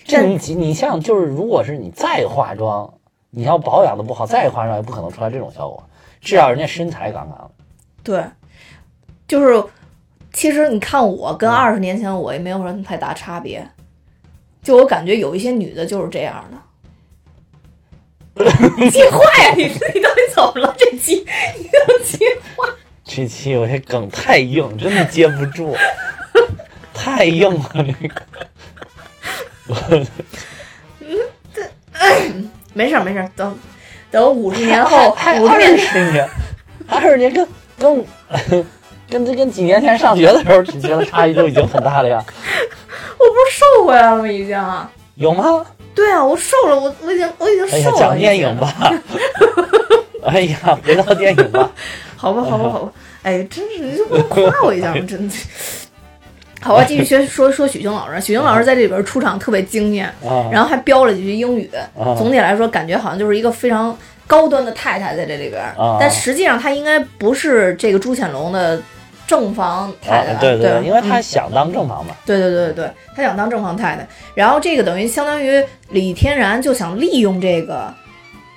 B: 这你你像就是，如果是你再化妆，你要保养的不好，再化妆也不可能出来这种效果。至少人家身材杠杠的。
A: 对，就是其实你看我跟二十年前我也没有什么太大差别，就我感觉有一些女的就是这样的。 气坏呀、你你到底怎么了？这气，你都气坏。
B: 这期我这梗太硬，真的接不住， 太硬了这个。
A: 没事儿没事儿，等等五十年后，
B: 还
A: 五十
B: 二
A: 年
B: 十年， 二十年跟跟跟这跟几年前上学的时候，你觉得差距都已经很大了呀？
A: 我不是瘦回来了吗？已经。啊
B: 有吗？
A: 对啊，我瘦了，我我已经我已经
B: 哎呀
A: 瘦，了。
B: 讲电
A: 已经
B: 影吧。哎呀，回到电影吧。
A: 好
B: 啊
A: 吧，好吧，好吧，哎，真是你就不能夸我一下吗？真的。 好 吧，继续学说说许晴老师。许晴老师在这里边出场特别惊艳，
B: 啊
A: 然后还飙了几句英语
B: 啊。
A: 总体来说，感觉好像就是一个非常高端的太太在这里边
B: 啊，
A: 但实际上她应该不是这个朱潜龙的正房太太
B: 啊
A: 吧。
B: 对
A: 对吧，
B: 对，因为
A: 嗯
B: 他想当正房嘛。
A: 对对对对对，他想当正房太太，然后这个等于相当于李天然就想利用这个，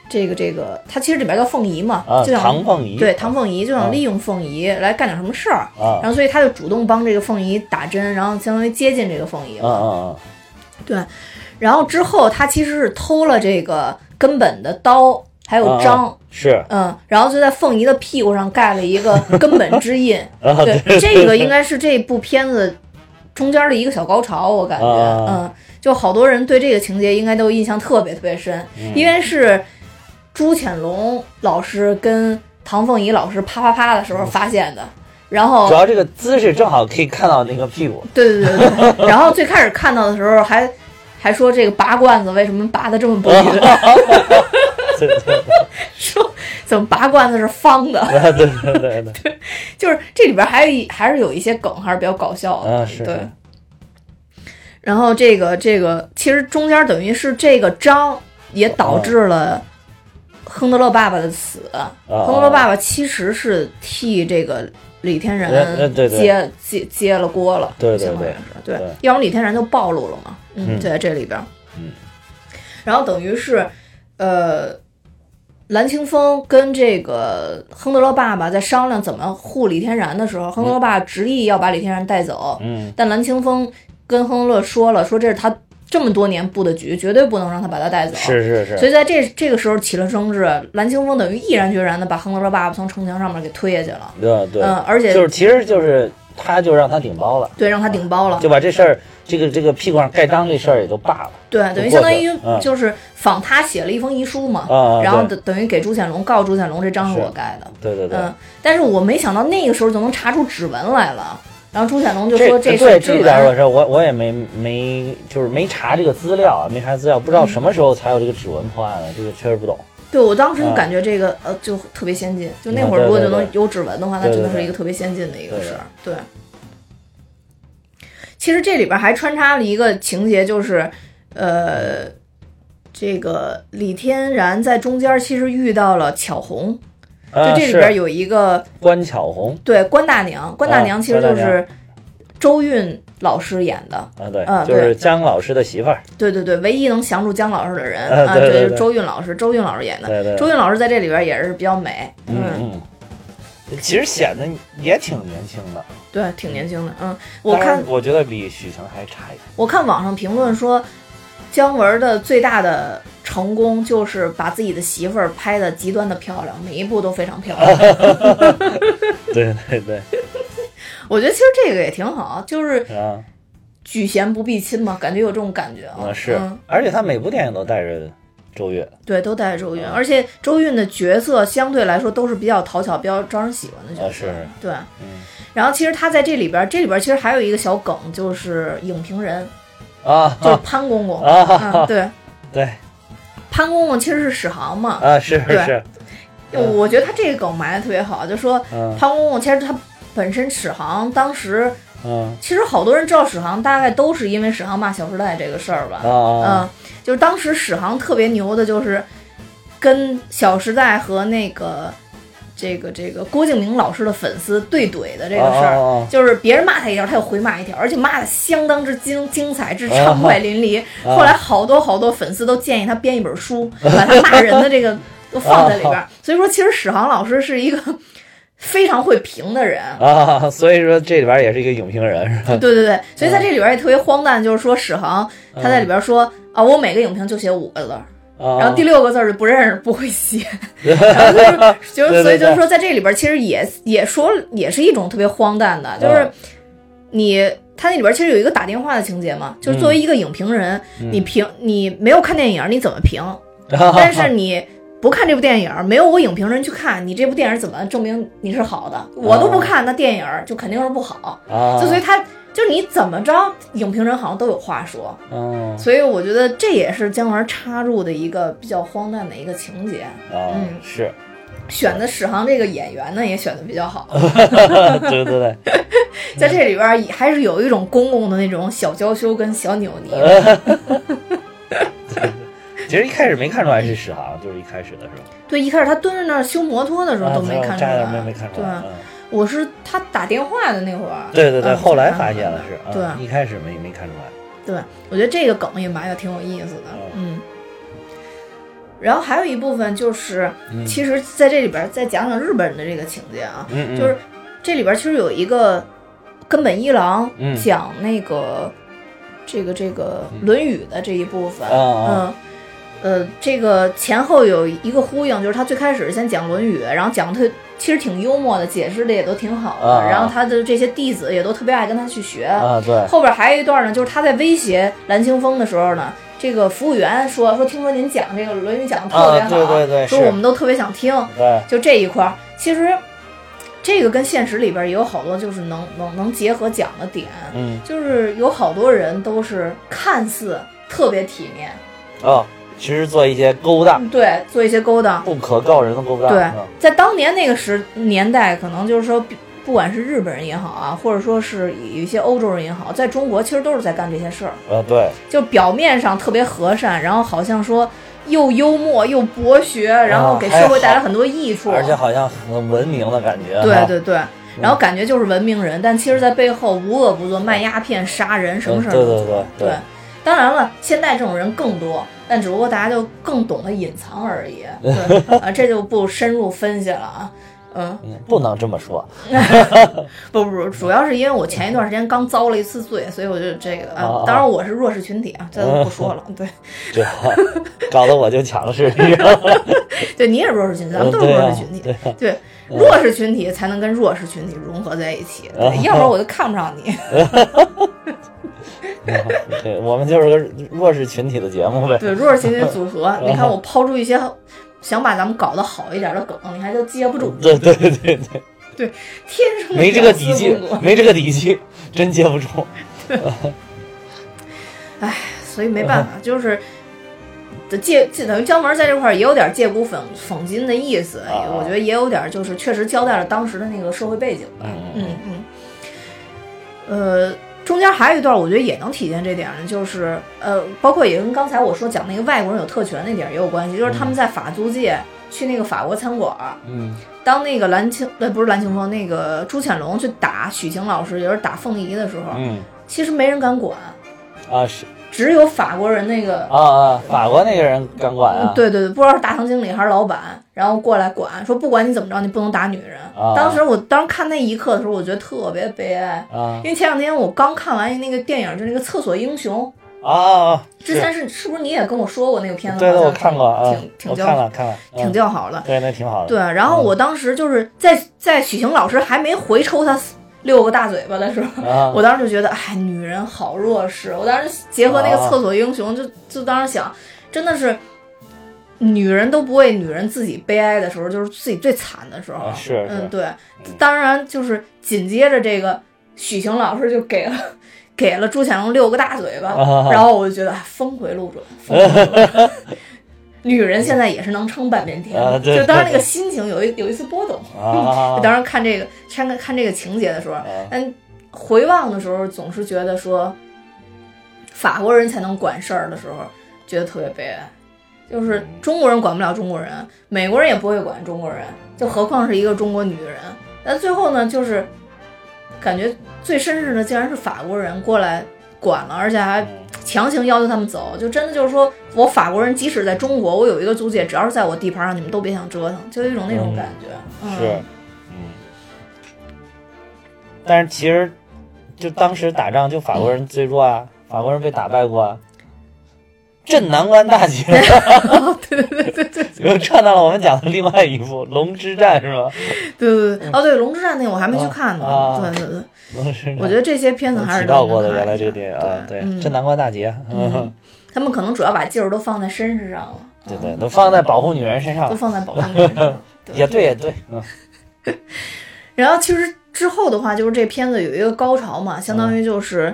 A: 这个这个，他其实里边叫凤仪嘛，
B: 啊，
A: 就想
B: 唐凤仪。
A: 对唐凤仪就
B: 啊
A: 想利用凤仪来干点什么事儿，
B: 啊
A: 然后所以他就主动帮这个凤仪打针，然后相当于接近这个凤仪
B: 啊
A: 了。
B: 啊
A: 对，然后之后他其实是偷了这个根本的刀还有
B: 啊
A: 章。
B: 是
A: 嗯，然后就在凤仪的屁股上盖了一个根本之印，
B: 啊
A: 对，这个应该是这部片子中间的一个小高潮，我感觉，
B: 啊
A: 嗯，就好多人对这个情节应该都印象特别特别深，
B: 嗯
A: 因为是朱潜龙老师跟唐凤仪老师啪啪啪的时候发现的，然后
B: 主要这个姿势正好可以看到那个屁股。
A: 对对对对对，然后最开始看到的时候还还说这个拔罐子为什么拔的这么不
B: 啊
A: 匀，
B: 对对
A: 说怎么拔罐子是方的，
B: 对对对对对，
A: 就是这里边还有一还是有一些梗，还是比较搞笑的。
B: 啊是
A: 对。然后这个这个，其实中间等于是这个章也导致了亨德勒爸爸的死，
B: 哦
A: 亨德勒
B: 啊
A: 爸爸其实是替这个李天然
B: 呃呃对对
A: 接接接了锅了，
B: 对对
A: 相当于
B: 对
A: 是对
B: 对，
A: 要不然李天然就暴露了嘛，嗯，
B: 嗯
A: 就在这里边，
B: 嗯，
A: 然后等于是，呃。蓝清风跟这个亨德勒爸爸在商量怎么护李天然的时候，亨德勒爸爸执意要把李天然带走，
B: 嗯
A: 但蓝清风跟亨德勒说了，说这是他这么多年布的局，绝对不能让他把他带走。
B: 是是是，
A: 所以在这这个时候起了争执，蓝清风等于毅然决然的把亨德勒爸爸从城墙上面给推下去了，
B: 对啊对，
A: 嗯，而且、
B: 就是其实就是他就让他顶包了，
A: 对让他顶包了，
B: 就把这事儿这个这个屁股上盖章这事儿也就罢了。
A: 对，等于相当于
B: 就过去了嗯
A: 就是仿他写了一封遗书嘛，
B: 啊啊
A: 然后
B: 对
A: 等等于给朱显龙告朱显龙这章是我
B: 是
A: 盖的，
B: 对对对，
A: 嗯，但是我没想到那个时候就能查出指纹来了，然后朱显龙就说
B: 这
A: 是
B: 对
A: 指
B: 这
A: 纹，
B: 点我是我我也没没就是没查这个资料啊，没查资料，不知
A: 嗯
B: 道什么时候才有这个指纹破案的，这个确实不懂。
A: 对我当时就
B: 嗯
A: 感觉这个、呃就特别先进，就那
B: 嗯
A: 会儿
B: 对
A: 如果
B: 对
A: 就能
B: 对
A: 有指纹的话，那
B: 对
A: 真
B: 对
A: 的是
B: 对
A: 一个特别先进的一个
B: 对
A: 事儿。对。其实这里边还穿插了一个情节，就是呃，这个李天然在中间其实遇到了巧红，就
B: 啊
A: 这里
B: 是
A: 边有一个、
B: 关巧红
A: 对关大娘，关大
B: 啊
A: 娘其实
B: 关大
A: 就是周韵老师演的，
B: 啊，对，
A: 嗯
B: 就
A: 对
B: 是姜老师的媳妇儿，
A: 对对对，唯一能降住姜老师的人
B: 啊对对
A: 就是
B: 对
A: 周韵老师，周韵老师演的，
B: 对对对
A: 周韵老师在这里边也是比较美，
B: 嗯嗯，其实显得也挺年轻的，
A: 对，挺年轻的，嗯，我
B: 当然
A: 看
B: 我觉得比许晴还差一点。
A: 我看网上评论说，姜文的最大的成功就是把自己的媳妇儿拍的极端的漂亮，每一部都非常漂
B: 哦
A: 亮。
B: 对对对，
A: 我觉得其实这个也挺好，就是
B: 啊，
A: 举贤不避亲嘛，感觉有这种感觉啊。
B: 啊是
A: 嗯，，
B: 而且他每部电影都带着周越，
A: 对，都带着
B: 嗯
A: 周韵，而且周韵的角色相对来说都是比较讨巧、比较招人喜欢的角色。
B: 啊是
A: 对。
B: 嗯
A: 然后其实他在这里边，这里边其实还有一个小梗，就是影评人，
B: 啊
A: 就是潘公公。
B: 啊
A: 嗯，
B: 啊，
A: 对，
B: 对
A: 潘公公其实是史航嘛，
B: 啊，是
A: 对
B: 是是，嗯
A: 我觉得他这个梗埋的特别好，就说
B: 嗯
A: 潘公公其实他本身史航当时
B: 嗯
A: 其实好多人知道史航，大概都是因为史航骂《小时代》这个事儿吧。
B: 啊
A: 嗯，就是当时史航特别牛的，就是跟《小时代》和那个这个这个郭敬明老师的粉丝对怼的这个事儿。
B: 儿
A: 就是别人骂他一条，他又回骂一条，而且骂的相当之精精彩，之畅快淋漓。
B: 啊
A: 后来好多好多粉丝都建议他编一本书，把他骂人的这个都放在里边儿。所以说，其实史航老师是一个非常会评的人。
B: 啊，所以说这里边也是一个影评人是吧？
A: 对对对，所以在这里边也特别荒诞，就是说史航他在里边说啊，我每个影评就写五个字儿，
B: 啊，
A: 然后第六个字儿就不认识，不会 写，然后就是就是，
B: 对对
A: 所以就是
B: 对
A: 说，在这里边其实也也说也是一种特别荒诞的，就是
B: 嗯
A: 你它那里边其实有一个打电话的情节嘛，
B: 嗯
A: 就是作为一个影评人，你评你没有看电影，你怎么评？
B: 嗯啊
A: 但是你。不看这部电影，没有我影评人去看，你这部电影怎么证明你是好的？
B: 嗯
A: 我都不看，那电影就肯定是不好。
B: 啊，
A: 就所以他就是你怎么着，影评人好像都有话说。
B: 嗯
A: 所以我觉得这也是姜文插入的一个比较荒诞的一个情节。
B: 啊
A: 嗯
B: 是，
A: 选的史航这个演员呢，也选的比较好，
B: 嗯对对对，
A: 在这里边儿也还是有一种公公的那种小娇羞跟小扭捏。
B: 嗯其实一开始没看出来是史航，就是一开始的时候，
A: 对，一开始他蹲在那儿修摩托的时候都没看出
B: 站
A: 来，
B: 在那啊儿没没看出
A: 对
B: 来，
A: 啊，
B: 嗯
A: 我是他打电话的那会儿。
B: 对对对，
A: 嗯
B: 后来发现了是，
A: 对
B: 嗯一开始没没看出来，
A: 对，我觉得这个梗也埋的挺有意思的，嗯。然后还有一部分就是，
B: 嗯
A: 其实在这里边儿再讲讲日本人的这个情节啊，
B: 嗯嗯，
A: 就是这里边其实有一个根本一郎
B: 嗯
A: 讲那个、这个这个《论语》的这一部分，
B: 哦哦
A: 嗯，呃，这个前后有一个呼应，就是他最开始先讲《论语》，然后讲的特其实挺幽默的，解释的也都挺好的，
B: 啊啊
A: 然后他的这些弟子也都特别爱跟他去学。
B: 啊对，
A: 后边还有一段呢，就是他在威胁蓝清风的时候呢，这个服务员说说听说您讲这个《论语》讲的特别
B: 啊
A: 好，
B: 对对对
A: 说
B: 是
A: 我们都特别想听，
B: 对
A: 就这一块儿，其实这个跟现实里边也有好多就是能能能结合讲的点，
B: 嗯
A: 就是有好多人都是看似特别体面，
B: 哦，其实做一些勾当，
A: 对，做一些勾当，
B: 不可告人的勾当，
A: 对
B: 嗯，
A: 在当年那个时年代，可能就是说不。不管是日本人也好啊，或者说是有一些欧洲人也好，在中国其实都是在干这些事儿，
B: 呃对，
A: 就表面上特别和善，然后好像说又幽默又博学，然后给社会带来很多益处。
B: 啊而且好像很文明的感觉。
A: 对
B: 哈，
A: 对对，然后感觉就是文明人，但其实，在背后无恶不作，卖鸦片、杀人，什么
B: 嗯
A: 事儿
B: 对
A: 都做
B: 对对
A: 对，当然了，现在这种人更多，但只不过大家就更懂得隐藏而已。对 啊，这就不深入分析了啊。嗯，
B: 嗯不能这么说。
A: 不不，不主要是因为我前一段时间刚遭了一次罪，所以我就这个
B: 哦
A: 啊
B: 哦。
A: 当然我是弱势群体啊，这都不说了。对，
B: 这搞得我就强势，你知道吗？
A: 对，你也是弱势群体，咱们都是弱势群体。
B: 嗯对啊嗯
A: 对，弱势群体才能跟弱势群体融合在一起，
B: 哦
A: 对要不然我就看不上你。
B: 对，我们就是个弱势群体的节目呗。
A: 对，弱势群体组合，你看我抛出一些想把咱们搞得好一点的梗，你还都接不住，
B: 对对对对对，
A: 天生的
B: 嗯没这个
A: 屌丝
B: 底气
A: 公主，
B: 没这个底气，真接不住。
A: 所以没办法，就是这借借等于姜文在这块儿也有点借古讽讽今的意思，
B: 啊
A: 我觉得也有点就是确实交代了当时的那个社会背景吧。
B: 嗯
A: 嗯嗯，呃。中间还有一段，我觉得也能体现这点，就是呃，包括也跟刚才我说讲那个外国人有特权那点儿也有关系，就是他们在法租界去那个法国餐馆儿，
B: 嗯
A: 当那个蓝青呃不是蓝青风，那个朱潜龙去打许晴老师，也就是打凤仪的时候，
B: 嗯
A: 其实没人敢管，
B: 啊是
A: 只有法国人那个嗯
B: 啊啊，法国那个人敢管啊？
A: 对对对，不知道是大堂经理还是老板，然后过来管，说不管你怎么着，你不能打女人。
B: 啊
A: 当时我当时看那一刻的时候，我觉得特别悲哀，
B: 啊
A: 因为前两天我刚看完那个电影，就是那个《厕所英雄
B: 啊！啊》，
A: 之前是是不是你也跟我说过那个片
B: 是
A: 子？
B: 对
A: 好
B: 对，
A: 像
B: 我看过啊
A: 挺，挺
B: 我
A: 叫
B: 看了看了，嗯
A: 挺叫好的。
B: 对，那挺好的。
A: 对，然后我当时就是在在许晴老师还没回抽他六个大嘴巴的时候，
B: 啊，
A: 我当时就觉得，哎，女人好弱势。我当时结合那个
B: 啊
A: 厕所英雄，就就当时想，真的是，女人都不为女人自己悲哀的时候，就是自己最惨的时候。
B: 啊是
A: 嗯，
B: 是，
A: 对。当然，就是紧接着这个许晴老师就给了 给了朱潜龙六个大嘴巴，
B: 啊
A: 然后我就觉得哎峰回路转，峰回路转。女人现在也是能撑半边天的，
B: 啊对
A: 就当时那个心情有一有一丝波动。
B: 啊
A: 当时看这个看看这个情节的时候，
B: 啊
A: 但回望的时候，总是觉得说法国人才能管事儿的时候，觉得特别悲哀。
B: 嗯
A: 就是中国人管不了中国人，美国人也不会管中国人，就何况是一个中国女人。但最后呢，就是感觉最绅士的竟然是法国人过来管了，而且还
B: 嗯
A: 强行要求他们走，就真的就是说我法国人即使在中国，我有一个租界，只要是在我地盘上，你们都别想折腾，就有一种那种
B: 嗯
A: 感觉。嗯、
B: 是，嗯。但是其实，就当时打仗，就法国人最弱啊，
A: 嗯
B: 法国人被打败过啊。镇南关大捷，
A: 对对对对对。
B: 又串到了我们讲的另外 一部《龙之战》，是吧？
A: 对对对，哦对，《龙之战》那个我还没去看呢。
B: 嗯啊
A: 对对对，
B: 龙之战，
A: 我觉得这些片子还是
B: 提到过的，
A: 能看
B: 原
A: 一
B: 来这个
A: 下
B: 电影啊，对，
A: 嗯
B: 镇南关大捷，嗯，
A: 他们可能主要把劲儿都放在绅士上了， 啊
B: 对对，都放在保护女人身
A: 都
B: 上，
A: 放在保护身上。
B: 也对也对，嗯
A: 然后其实之后的话，就是这片子有一个高潮
B: 嗯
A: 嘛，相当于就是，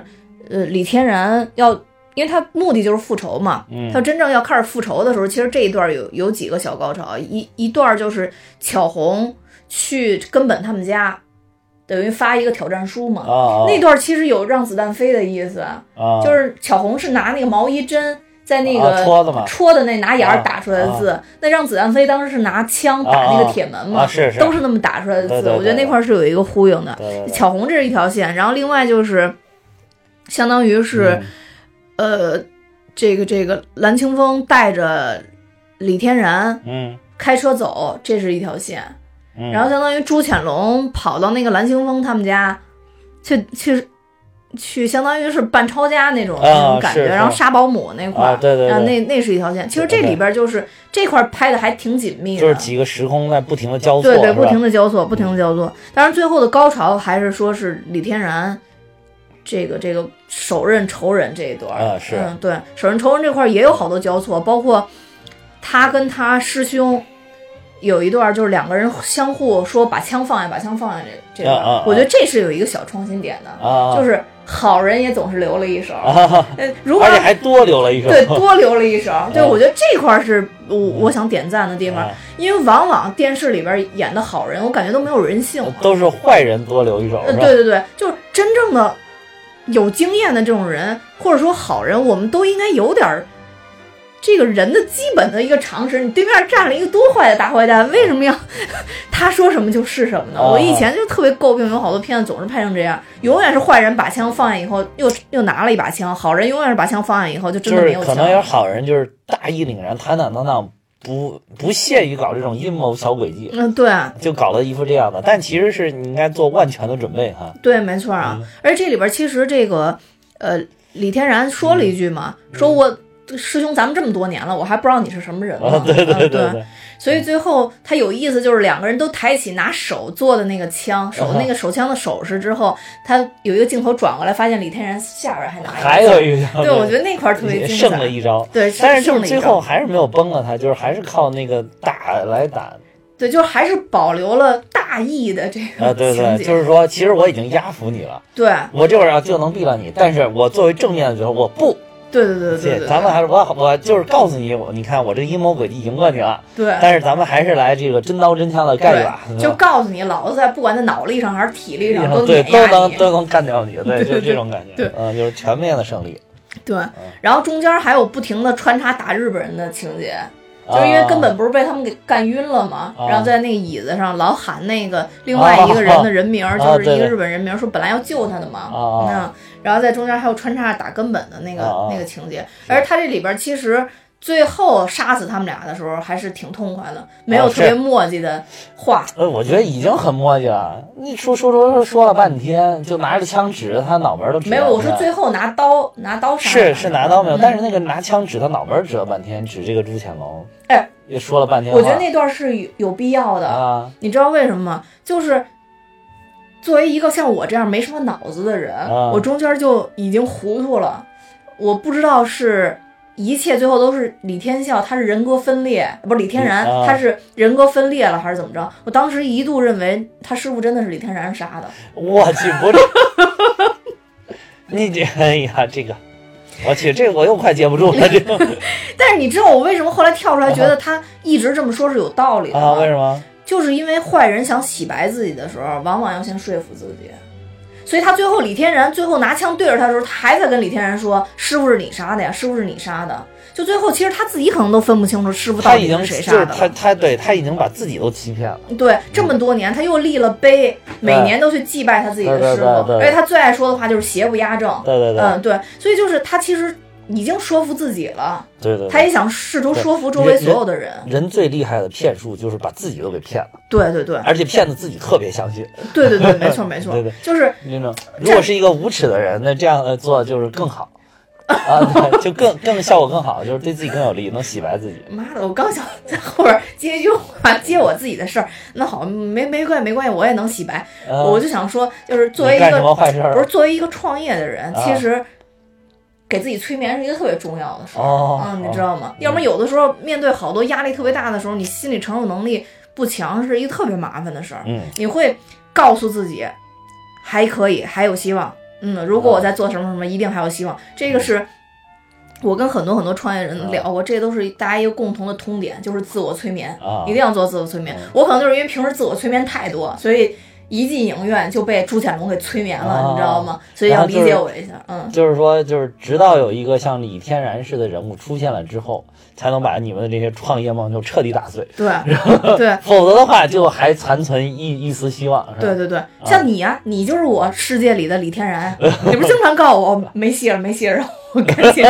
A: 呃，李天然要，因为他目的就是复仇嘛。他
B: 嗯
A: 真正要开始复仇的时候，其实这一段有有几个小高潮，一一段就是巧红去根本他们家，等于发一个挑战书嘛。
B: 啊
A: 那段其实有让子弹飞的意思，
B: 啊，
A: 就是巧红是拿那个毛衣针在那个
B: 啊戳的嘛啊
A: 戳的那拿眼儿打出来的字，那让子弹飞当时是拿枪打那个铁门嘛，
B: 啊啊啊是是
A: 都是那么打出来的字，
B: 对对对
A: 我觉得那块儿是有一个呼应的。
B: 对对对
A: 巧红这是一条线，然后另外就是，相当于
B: 嗯
A: 是、呃，这个这个蓝清风带着李天然
B: 嗯
A: 开车走，这是一条线，
B: 嗯，
A: 然后相当于朱潜龙跑到那个蓝清风他们家，去去去，相当于是办抄家那种、
B: 啊
A: 那种感觉，
B: 是是
A: 然后杀保姆那块儿、
B: 啊对对对
A: 啊那那是一条线。其实这里边就是这块拍的还挺紧密的，
B: 就是几个时空在不停的交错，
A: 对对，
B: 是吧嗯
A: 不停的交错，不停的交错。当然，最后的高潮还是说是李天然这个这个首任仇人这一段儿
B: 啊是
A: 嗯，对，首任仇人这块儿也有好多交错，包括他跟他师兄。有一段儿就是两个人相互说把枪放下，把枪放下这这段儿，
B: 啊啊啊
A: 我觉得这是有一个小创新点的，
B: 啊
A: 就是好人也总是留了一手。
B: 啊，
A: 呃， 如果
B: 而
A: 要
B: 且还多留了一手，
A: 对，多留了一手。对，我觉得这块儿是我我想点赞的地方
B: 啊，
A: 因为往往电视里边演的好人，我感觉都没有人性。
B: 都是坏人多留一手，
A: 呃，
B: 是吧？
A: 对对对，就是真正的有经验的这种人，或者说好人，我们都应该有点儿这个人的基本的一个常识，你对面站了一个多坏的大坏蛋，为什么要他说什么就是什么呢？
B: 哦
A: 我以前就特别诟病，有好多片子总是拍成这样，永远是坏人把枪放下以后又又拿了一把枪，好人永远是把枪放下以后就真
B: 就
A: 的没
B: 是
A: 有
B: 可
A: 枪。
B: 能有好人就是大义凛然、坦坦荡荡，不不屑于搞这种阴谋小诡计，
A: 嗯，对
B: 就搞了一副这样的。但其实是你应该做万全的准备哈。
A: 对，没错
B: 嗯
A: 啊。而这里边其实这个呃，李天然说了一句嘛，
B: 嗯
A: 说我。师兄，咱们这么多年了，我还不知道你是什么人呢。
B: 啊， 对对
A: 嗯
B: 对
A: 对
B: 对，
A: 所以最后他有意思，就是两个人都抬起拿手做的那个枪，手
B: 嗯哼
A: 那个手枪的手势之后，他有一个镜头转过来，发现李天然下边还拿一个
B: 还有一个，
A: 对，我觉得那块儿特别
B: 也
A: 精
B: 胜了
A: 彩。
B: 一招。
A: 对，
B: 但是就是
A: 胜了一
B: 最
A: 招
B: 后，还是没有崩了他，就是还是靠那个打 来打啊
A: 对，就是还是保留了大义的这
B: 啊，
A: 个
B: 对
A: 情
B: 对，
A: 节。
B: 就是说，其实我已经压服你了，
A: 对
B: 我这会儿啊就能毙了你，但是我作为正面的角色，我不，
A: 对对对对
B: 这
A: 对，
B: 咱们还是我我就是告诉你，我你看我这阴谋诡计赢过你了，
A: 对。
B: 但是咱们还是来这个真刀真枪的干一把，
A: 对，
B: 是
A: 就
B: 吧
A: 告诉你，老子在不管在脑力上还是体力上嗯都
B: 对
A: 碾
B: 都
A: 压
B: 能
A: 你。
B: 都能干掉你，对，就是这种感
A: 对
B: 觉，嗯，就是全面的胜利，
A: 对，然后中间还有不停的穿插打日本人的情节，就是因为
B: 啊
A: 根本不是被他们给干晕了嘛，
B: 啊
A: 然后在那个椅子上老喊那个另外一个人的人名，
B: 啊
A: 就是一
B: 对
A: 个
B: 对
A: 日本人名，说本来要救他的嘛，
B: 啊
A: 嗯，然后在中间还有穿插打根本的那个、
B: 啊啊
A: 那个情节，而他这里边其实。最后杀死他们俩的时候还是挺痛快的，没有
B: 啊是
A: 特别墨迹的话。
B: 呃，我觉得已经很磨叽了。你说说说说了半天，就拿着枪指着他脑门儿都指。
A: 没有，我说最后拿刀拿刀杀
B: 啊是
A: 他
B: 是拿刀没有，
A: 嗯
B: 但是那个拿枪指他脑门儿指了半天，指这个朱潜龙，
A: 哎，
B: 也说了半天话。
A: 我觉得那段是有有必要的，
B: 啊
A: 你知道为什么吗？就是作为一个像我这样没什么脑子的人，
B: 啊
A: 我中间就已经糊涂了，我不知道是。一切最后都是李天笑，他是人格分裂，不是李天然，
B: 啊
A: 他是人格分裂了还是怎么着？我当时一度认为他师傅真的是李天然杀的，
B: 我去，不是，你这哎呀，这个，我去，这个我又快接不住 了，这个
A: 但是你知道我为什么后来跳出来觉得他一直这么说是有道理的
B: 啊啊，为
A: 吗？
B: 什么？
A: 就是因为坏人想洗白自己的时候，往往要先说服自己，所以他最后李天然最后拿枪对着他的时候，他还在跟李天然说：“师傅是你杀的呀，师傅是你杀的。”就最后其实他自己可能都分不清楚师傅到
B: 他已
A: 底
B: 经
A: 是谁
B: 就是
A: 杀
B: 他
A: 的。
B: 他对他已经把自己都欺骗了。
A: 对，这么多年他又立了碑，每年都去祭拜他自己的师傅，哎
B: 对对对
A: 而
B: 对
A: 且他最爱说的话就是“邪不压正”。
B: 对对对、
A: 嗯，对，所以就是他其实已经说服自己了，
B: 对对
A: 他
B: 对，
A: 也想试图说服周围所有的人。
B: 人最厉害的骗术就是把自己都给骗了，
A: 对对对，
B: 而且骗的自己特别相信。
A: 对对对，没错没错
B: 对对，
A: 就是
B: 那种，如果是一个无耻的人，那这样呃做就是更好啊，对，就更更效果更好，就是对自己更有利，能洗白自己。
A: 妈的，我刚想在后边接一句话，接我自己的事儿。那好，没没关系，没关系，我也能洗白。
B: 呃、
A: 我就想说，就是作为
B: 你
A: 一
B: 干什
A: 个
B: 么坏事儿？
A: 不是作为一个创业的人，
B: 啊
A: 其实给自己催眠是一个特别重要的事儿。
B: 哦，
A: 嗯，你知道吗？要不然有的时候面对好多压力特别大的时候，你心理承受能力不强是一个特别麻烦的事儿。
B: 嗯，
A: 你会告诉自己还可以，还有希望。嗯，如果我在做什么什么，一定还有希望。这个是我跟很多很多创业人聊过，这都是大家一个共同的通点，就是自我催眠，
B: 啊
A: 一定要做自我催眠。我可能就是因为平时自我催眠太多，所以。一进影院就被朱潜龙给催眠了，
B: 啊
A: 你知道吗？所以要理解我一下，嗯，
B: 就是说，就是直到有一个像李天然似的人物出现了之后，才能把你们的这些创业梦就彻底打碎，
A: 对，对，
B: 否则的话就还残存一一丝希望。是吧啊
A: 对，对对，像你呀、你就是我世界里的李天 然，你不是经常告诉我没戏了，没戏了，让我赶紧，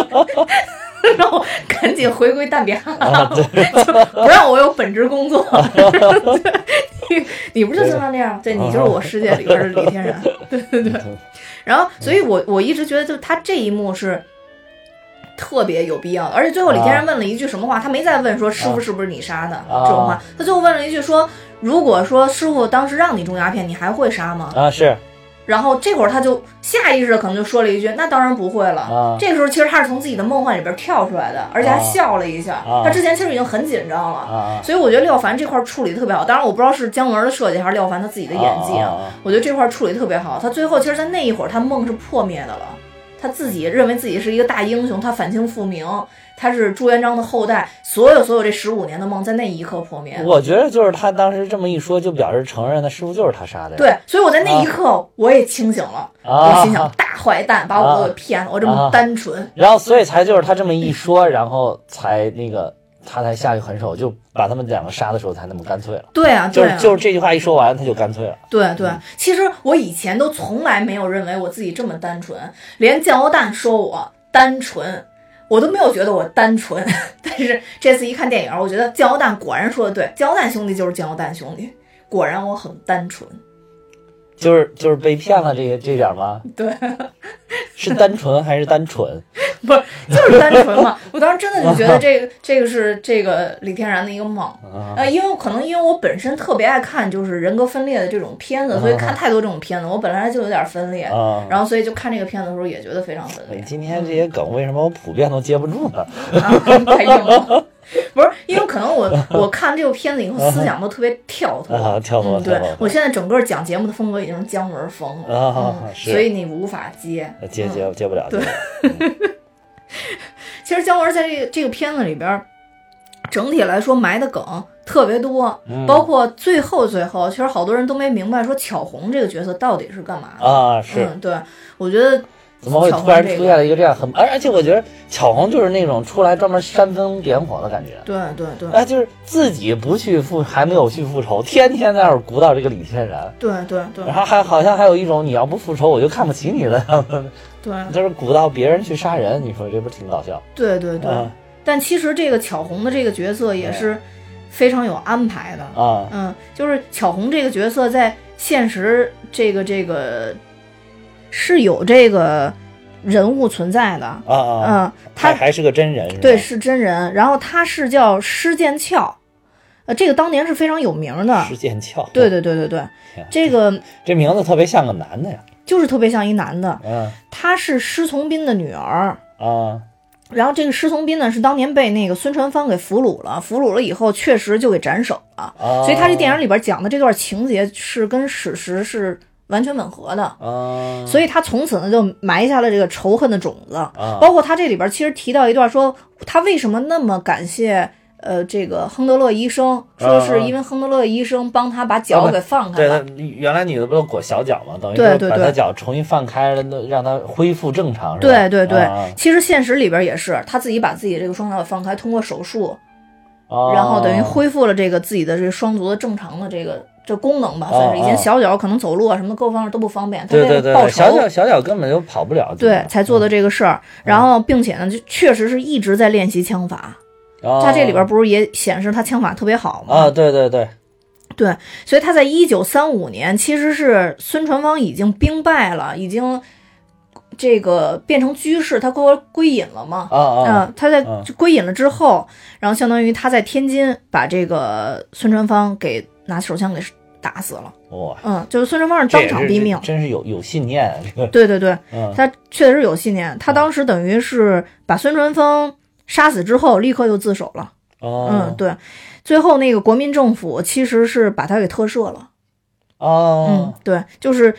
A: 让我赶紧回归蛋比 哈
B: 啊
A: 哈，就不让我有本职工作。对你你不就经常这样？对你就是我世界里边的李天然。对对对。然后，所以我我一直觉得，就是他这一幕是。特别有必要的，而且最后李天然问了一句什么话，他没再问说师傅是不是你杀的、这种话，他最后问了一句说，如果说师傅当时让你中鸦片，你还会杀吗？
B: 啊是
A: 然后这会儿他就下意识的可能就说了一句：“那当然不会了。
B: 啊
A: 这个时候其实他是从自己的梦幻里边跳出来的，而且还
B: 啊
A: 笑了一下。
B: 啊
A: 他之前其实已经很紧张了，
B: 啊
A: 所以我觉得廖凡这块处理得特别好。当然我不知道是姜文的设计还是廖凡他 自己的演技
B: 啊啊啊
A: 我觉得这块处理得特别好。他最后其实，在那一会儿他梦是破灭的了，他自己认为自己是一个大英雄，他反清复明，他是朱元璋的后代，所有所有这十五年的梦在那一刻破灭。
B: 我觉得就是他当时这么一说，就表示承认他师傅就是他杀的呀。
A: 对，所以我在那一刻我也清醒了，
B: 啊
A: 我心想大坏蛋把我给骗了，我这么
B: 啊
A: 单纯，
B: 然后所以才就是他这么一说，然后才那个他才下去狠手，就把他们两个杀的时候才那么干脆了。
A: 对啊，
B: 就
A: 对
B: 是
A: 啊，
B: 就是这句话一说完，他就干脆了。
A: 对对。其实我以前都从来没有认为我自己这么单纯，连酱油蛋说我单纯。我都没有觉得我单纯， 但是这次一看电影，我觉得酱油蛋果然说的对，酱油蛋兄弟就是酱油蛋兄弟，果然我很单纯。
B: 就是就是被骗了这个这点儿吗？
A: 对，
B: 是单纯还是单 纯？
A: 不是 就是单纯 嘛。我当时真的就觉得这个这个是这个李天然的一个梦，
B: 啊
A: 呃，因为可能因为我本身特别爱看就是人格分裂的这种片子，所以看太多这种片子，我本来就有点分裂，
B: 啊哎
A: 然后所以就看这个片子的时候也觉得非常分 裂。
B: 今天这些梗为什么我普遍都接不住呢？
A: 啊， 太硬了。不是，因为可能我我看这部片子以后思想都特别跳脱。
B: 啊，跳脱
A: 嗯，
B: 跳
A: 对
B: 脱，
A: 我现在整个讲节目的风格已经是姜文风了，嗯
B: 啊，是
A: 所以你无法接。
B: 接接接不了，接不了
A: 其实姜文在这个这个片子里边儿，整体来说埋的梗特别多，
B: 嗯
A: 包括最后最后，其实好多人都没明白说巧红这个角色到底是干嘛的。
B: 啊，是
A: 嗯，对，我觉得
B: 怎么会
A: 巧
B: 突然
A: 红这
B: 出
A: 个
B: 现了一个这样很，而而且我觉得巧红就是那种出来专门煽风点火的感觉。
A: 对对对
B: 啊，就是自己不去复，还没有去复仇，天天在那儿鼓捣这个李天然，
A: 对对对
B: 然后还好像还有一种你要不复仇我就看不起你了，
A: 对
B: 就是鼓捣别人去杀人，你说这不是挺搞笑？
A: 对对对
B: 啊。
A: 但其实这个巧红的这个角色也是非常有安排的。
B: 啊
A: 嗯，就是巧红这个角色在现实这个这个是有这个人物存在的。
B: 啊啊！
A: 嗯，他
B: 还还是个真人，是吧
A: 对，是真人。然后他是叫施剑翘，呃，这个当年是哎非常有名的。
B: 石剑鞘，
A: 啊对，对对对对，这个
B: 这名字特别像个男的呀，
A: 就是特别像一男的，
B: 嗯
A: 他是施从斌的女儿。
B: 啊
A: 然后这个施从斌呢，是当年被那个孙传芳给俘虏了，俘虏了以后确实就给斩首了。
B: 啊，
A: 所以他这电影里边讲的这段情节是跟史实是完全吻合的。
B: 啊，
A: 所以他从此呢就埋下了这个仇恨的种子。
B: 啊
A: 包括他这里边其实提到一段说，他为什么那么感谢呃这个亨德勒医生，说
B: 嗯
A: 是因为亨德勒医生帮他把脚给放开
B: 哦对
A: 了。
B: 他原来女的不都裹小脚吗？等于
A: 对
B: 说
A: 对
B: 把
A: 对
B: 她脚重新放开了，那让她恢复正常，是吧？
A: 对对对
B: 啊，
A: 其实现实里边也是他自己把自己这个双脚给放开，通过手术，
B: 啊
A: 然后等于恢复了这个自己的这个双足的正常的这个这功能吧，算是
B: 啊
A: 以前小脚可能走路啊什么的各方面都不方便，他
B: 对
A: 为
B: 对对
A: 了报
B: 对，
A: 仇
B: 小脚小嗯脚根本就跑不了，
A: 对才做的这个事儿。然后并且呢，就确实是一直在练习枪法，
B: 啊
A: 他这里边不是也显示他枪法特别好吗？
B: 啊，对对对，
A: 对，所以他在一九三五年其实是孙传芳已经兵败了，已经这个变成居士，他归归隐了嘛。
B: 啊啊
A: 嗯，他在
B: 嗯
A: 归隐了之后，然后相当于他在天津把这个孙传芳给拿手枪给打死了。
B: 哇，
A: 嗯，就是孙传芳是
B: 这
A: 当
B: 也
A: 场
B: 是
A: 毙命。
B: 真是有有信念啊，这个
A: 对对对，
B: 嗯
A: 他确实有信念。他当时等于是把孙传芳杀死之后，立刻就自首了。嗯，
B: 哦
A: 对。最后那个国民政府其实是把他给特赦了。嗯
B: 哦，
A: 对，就是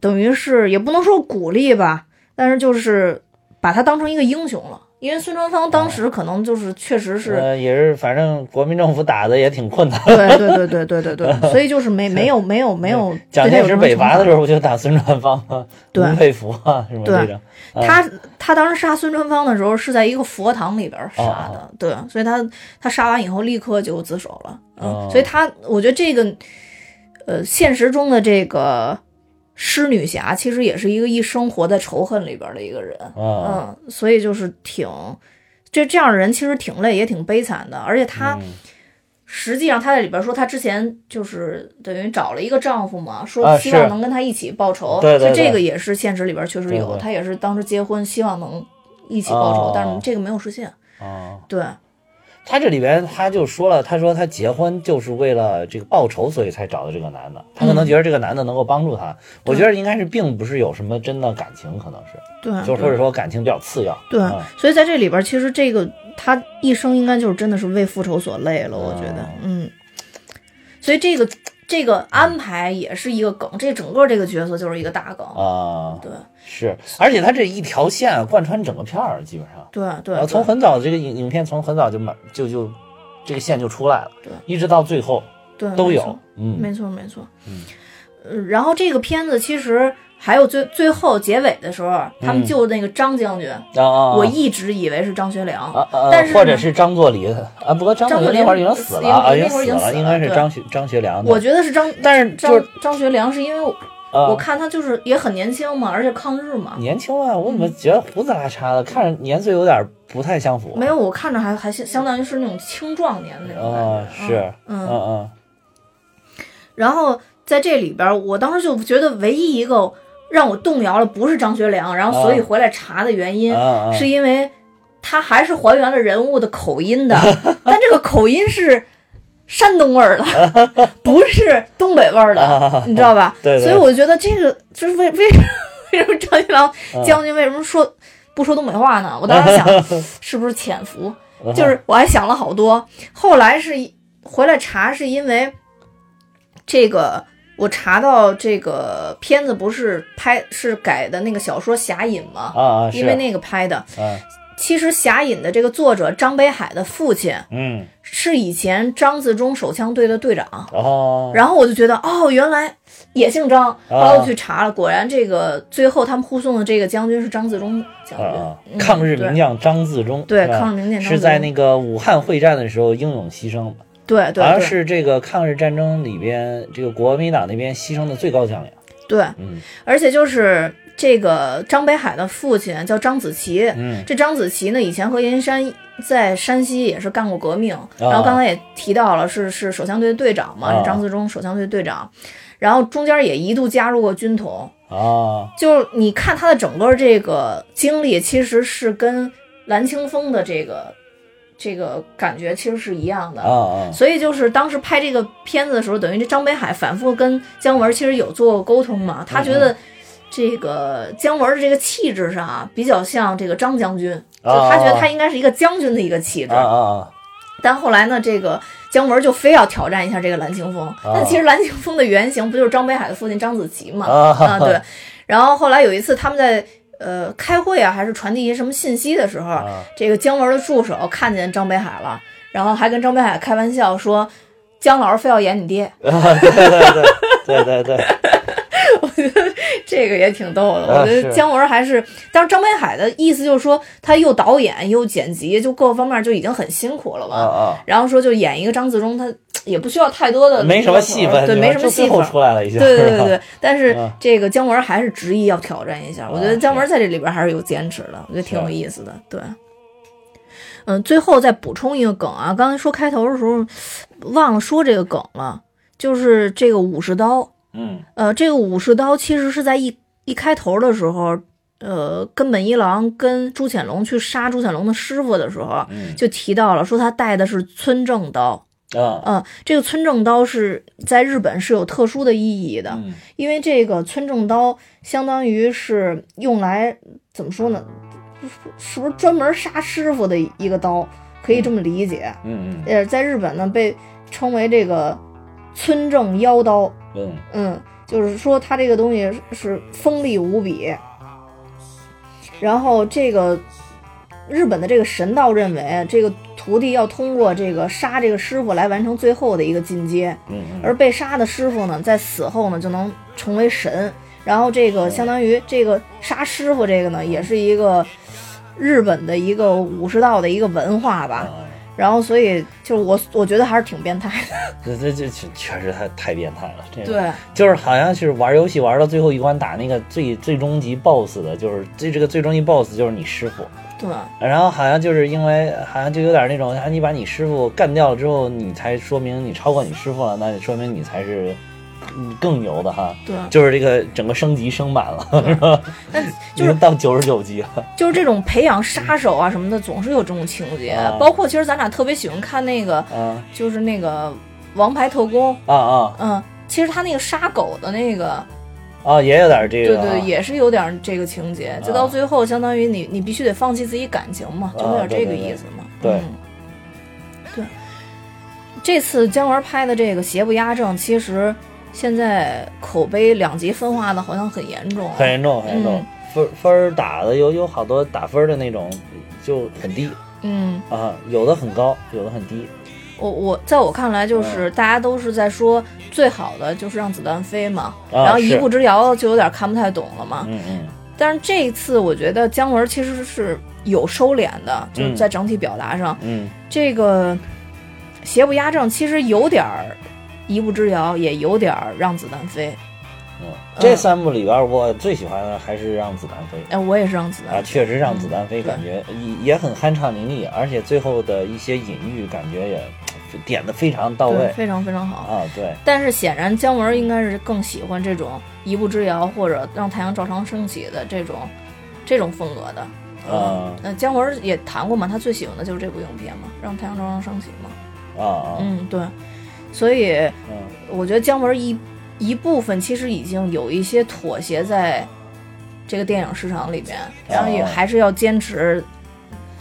A: 等于是也不能说鼓励吧，但是就是把他当成一个英雄了。因为孙传芳当
B: 哦
A: 时可能就是确实是，
B: 呃也是，反正国民政府打的也挺困 难。
A: 对对对对对对 对，所以就是没没有没有没有
B: 嗯蒋
A: 对他
B: 介
A: 有什
B: 石
A: 么
B: 北
A: 惩
B: 伐
A: 罚
B: 的时候嗯就打孙传芳 啊，
A: 对
B: 吴佩孚啊，什么
A: 对
B: 这种
A: 他他当时杀孙传芳的时候是在一个佛堂里边儿
B: 哦
A: 杀的，对，所以他他杀完以后立刻就自首了，嗯，
B: 哦
A: 所以他我觉得这个，呃，现实中的这个施女侠其实也是一个一生活在仇恨里边儿的一个人，
B: 啊，
A: 嗯，所以就是挺，这这样的人其实挺累，也挺悲惨的。而且她、
B: 嗯
A: 实际上她在里边说，她之前就是等于找了一个丈夫嘛，说
B: 啊
A: 希望
B: 是
A: 能跟她一起报仇。
B: 对对
A: 所以这
B: 对
A: 个也是现实里边确实
B: 对
A: 有，
B: 对
A: 她也是当时结婚希望能一起报仇，
B: 哦
A: 但是这个没有实现。
B: 啊。
A: 对
B: 他这里边他就说了，他说他结婚就是为了这个报仇，所以才找的这个男的。他可能觉得这个男的能够帮助他，
A: 嗯
B: 我觉得应该是并不是有什么真的感情，可能是
A: 对，
B: 就是或者说感情比较次要。
A: 嗯对
B: 嗯，
A: 所以在这里边，其实这个她
B: 啊
A: 一生应该就是真的是为复仇所累了，我觉得
B: 哦，
A: 嗯，所以这个这个安排也是一个梗，这整个这个角色就是一个大梗。
B: 啊，
A: 对
B: 是，而且它这一条线啊贯穿整个片儿，基本上，
A: 对对
B: 然后，
A: 对
B: 啊从很早这个影影片从很早就满就就这个线就出来了，
A: 对
B: 一直到最后
A: 对
B: 都
A: 没
B: 有
A: 错，
B: 嗯，
A: 没错没错。呃然后这个片子其实还有最最后结尾的时候，他们
B: 嗯
A: 救那个张将军，
B: 啊，
A: 我一直以为是张学良，
B: 啊啊，
A: 但是呢
B: 或者是张作霖啊，不过张作霖那会儿已经死了啊，
A: 张作霖那会儿
B: 死
A: 已经死
B: 了，
A: 了
B: 应该是
A: 对
B: 张学张学良的，
A: 我觉得是张
B: 但是就
A: 张
B: 是
A: 张学良，是因为我我
B: 啊，
A: 看他就是也很年轻嘛，而且抗日嘛。
B: 年轻啊，我怎
A: 嗯
B: 么觉得胡子拉碴的，看着年岁有点不太相符，啊
A: 没有，我看着还还相相当于是那种青壮年那种
B: 啊
A: 感，觉。
B: 是，嗯
A: 嗯
B: 嗯
A: 然后在这里边儿，我当时就觉得唯一一个让我动摇了不是张学良，然后所以回来查的原因、
B: 啊啊，
A: 嗯是因为他还是还原了人物的口音 的，但这个口音是山东味儿的， 不是东北味儿的，你知道吧？
B: 啊对对
A: 所以我觉得这个就是为 为什么为什么张学
B: 啊
A: 良将军为什么说不说东北话呢？我当时 想是不是潜伏？
B: 嗯
A: 就是我还想了好多，后来是回来查，是因为这个我查到这个片子不是拍是改的那个小说《侠隐》吗？
B: 啊啊，是
A: 因为那个拍的，
B: 嗯
A: 其实《侠隐》的这个作者张北海的父亲
B: 嗯，哦
A: 是以前张自忠手枪队的队长。
B: 然后
A: 然后我就觉得，哦，原来也姓
B: 哦
A: 张。后来我去查了，果然这个最后他们护送的这个将军是张自忠将军，
B: 啊
A: 嗯，
B: 抗日名
A: 对
B: 将张自忠，
A: 对
B: 是吧
A: 抗日名将张自忠
B: 是在那个武汉会战的时候英勇牺牲，
A: 对对
B: 好像
A: 对
B: 是这个抗日战争里边这个国民党那边牺牲的最高将领。
A: 对，
B: 嗯
A: 而且就是这个张北海的父亲叫张子琪，
B: 嗯
A: 这张子琪呢以前和阎锡山在山西也是干过革命，然后刚才也提到了是是手枪队队长嘛，
B: 啊
A: 是张自忠手枪队队长，然后中间也一度加入过军统，
B: 啊
A: 就是你看他的整个这个经历，其实是跟蓝青峰的这个这个感觉其实是一样的。
B: 啊啊
A: 所以就是当时拍这个片子的时候，等于这张北海反复跟姜文其实有做过沟通嘛，他觉得这个姜文的这个气质上啊，比较像这个张将军，就
B: 啊
A: 他觉得他应该是一个将军的一个气质
B: 啊。啊
A: 但后来呢，这个姜文就非要挑战一下这个蓝青峰，但其实蓝青峰的原型不就是张北海的父亲张子琪嘛？
B: 啊
A: 啊，对。然后后来有一次他们在呃开会啊，还是传递一些什么信息的时候，
B: 啊
A: 这个姜文的助手看见张北海了，然后还跟张北海开玩笑说。姜老师非要演你爹，
B: 啊！对对对对对对，
A: 这个也挺逗的。
B: 啊
A: 我觉
B: 是
A: 得姜文还是，但是张北海的意思就是说，他又导演又剪辑，就各方面就已经很辛苦了嘛。
B: 啊啊，
A: 然后说就演一个张自忠，他也不需要太多的
B: 没什么戏份，
A: 对，
B: 吧
A: 没什么
B: 就
A: 戏
B: 最
A: 份
B: 后。出来了一下，
A: 对对
B: 是
A: 对
B: 吧
A: 对，但是
B: 啊
A: 这个姜文还是执意要挑战一下，我觉得
B: 啊
A: 姜文在这里边还是有坚持的，我觉得挺有
B: 是
A: 意思的。对，嗯，最后再补充一个梗啊，刚才说开头的时候忘了说这个梗了，就是这个武士刀，
B: 嗯
A: 呃，这个武士刀其实是在一一开头的时候，呃，根本一郎跟朱潜龙去杀朱潜龙的师傅的时候，
B: 嗯
A: 就提到了说他带的是村正刀，
B: 啊
A: 嗯，这个村正刀是在日本是有特殊的意义的，
B: 嗯
A: 因为这个村正刀相当于是用来怎么说呢？是不是专门杀师傅的一个刀？可以这么理解。
B: 嗯
A: 呃，在日本呢，被称为这个村正妖刀。
B: 嗯
A: 嗯，就是说它这个东西是锋利无比。然后这个日本的这个神道认为，这个徒弟要通过这个杀这个师傅来完成最后的一个进阶，
B: 嗯嗯
A: 而被杀的师傅呢，在死后呢就能成为神。然后这个相当于这个杀师傅这个呢，也是一个日本的一个武士道的一个文化吧。
B: 啊，
A: 然后所以就是我我觉得还是挺变态的。
B: 这这这确确实太太变态了，这个。
A: 对
B: 就是好像是玩游戏玩到最后一关打那个最最终级 BOSS 的，就是最这个最终级 BOSS 就是你师傅，
A: 对
B: 然后好像就是因为好像就有点那种，啊你把你师傅干掉了之后，你才说明你超过你师傅了，那就说明你才是嗯更牛的哈，
A: 对，
B: 就是这个整个升级升满了，是吧？
A: 但
B: 已
A: 就是
B: 经到九十九级了，
A: 就是这种培养杀手啊什么的，总是有这种情节
B: 啊。
A: 包括其实咱俩特别喜欢看那个，
B: 啊
A: 就是那个《王牌特工》，
B: 啊啊
A: 嗯，其实他那个杀狗的那个，
B: 啊，也有点这
A: 对
B: 个哈，
A: 对，也是有点这个情节。就到最后，相当于你你必须得
B: 啊
A: 放弃自己感情嘛，就有点这个意思嘛。
B: 对对对
A: 嗯对。这次姜文拍的这个《邪不压正》，其实现在口碑两极分化的好像很严重啊。
B: 很严重，很严重，分分儿打的有有好多打分儿的那种就很低
A: 嗯，
B: 啊，有的很高，有的很低。
A: 我我在我看来
B: 嗯
A: 就是大家都是在说最好的就是让子弹飞嘛，
B: 啊
A: 然后一
B: 是
A: 步之遥就有点看不太懂了嘛。
B: 嗯嗯，
A: 但是这一次我觉得姜文其实是有收敛的，就是
B: 嗯
A: 在整体表达上，
B: 嗯，
A: 这个邪不压正其实有点儿一步之遥，也有点儿让子弹飞。
B: 嗯，这三部里边儿我最喜欢的还是《让子弹飞》
A: 哎，我也是让子
B: 啊，
A: 弹飞。
B: 确实让子弹
A: 嗯
B: 飞感觉也也很酣畅淋漓，而且最后的一些隐喻感觉也点的非常到
A: 对，
B: 位
A: 非常非常好。
B: 啊，对，
A: 但是显然姜文应该是更喜欢这种一步之遥或者让太阳照常升起的这种这种风格的。嗯
B: 啊
A: 那姜文也谈过嘛，他最喜欢的就是这部影片嘛，让太阳照常升起嘛。
B: 啊啊，
A: 嗯，对。所以
B: 嗯
A: 我觉得姜文一一部分其实已经有一些妥协在这个电影市场里边，然后也
B: 哦
A: 还是要坚持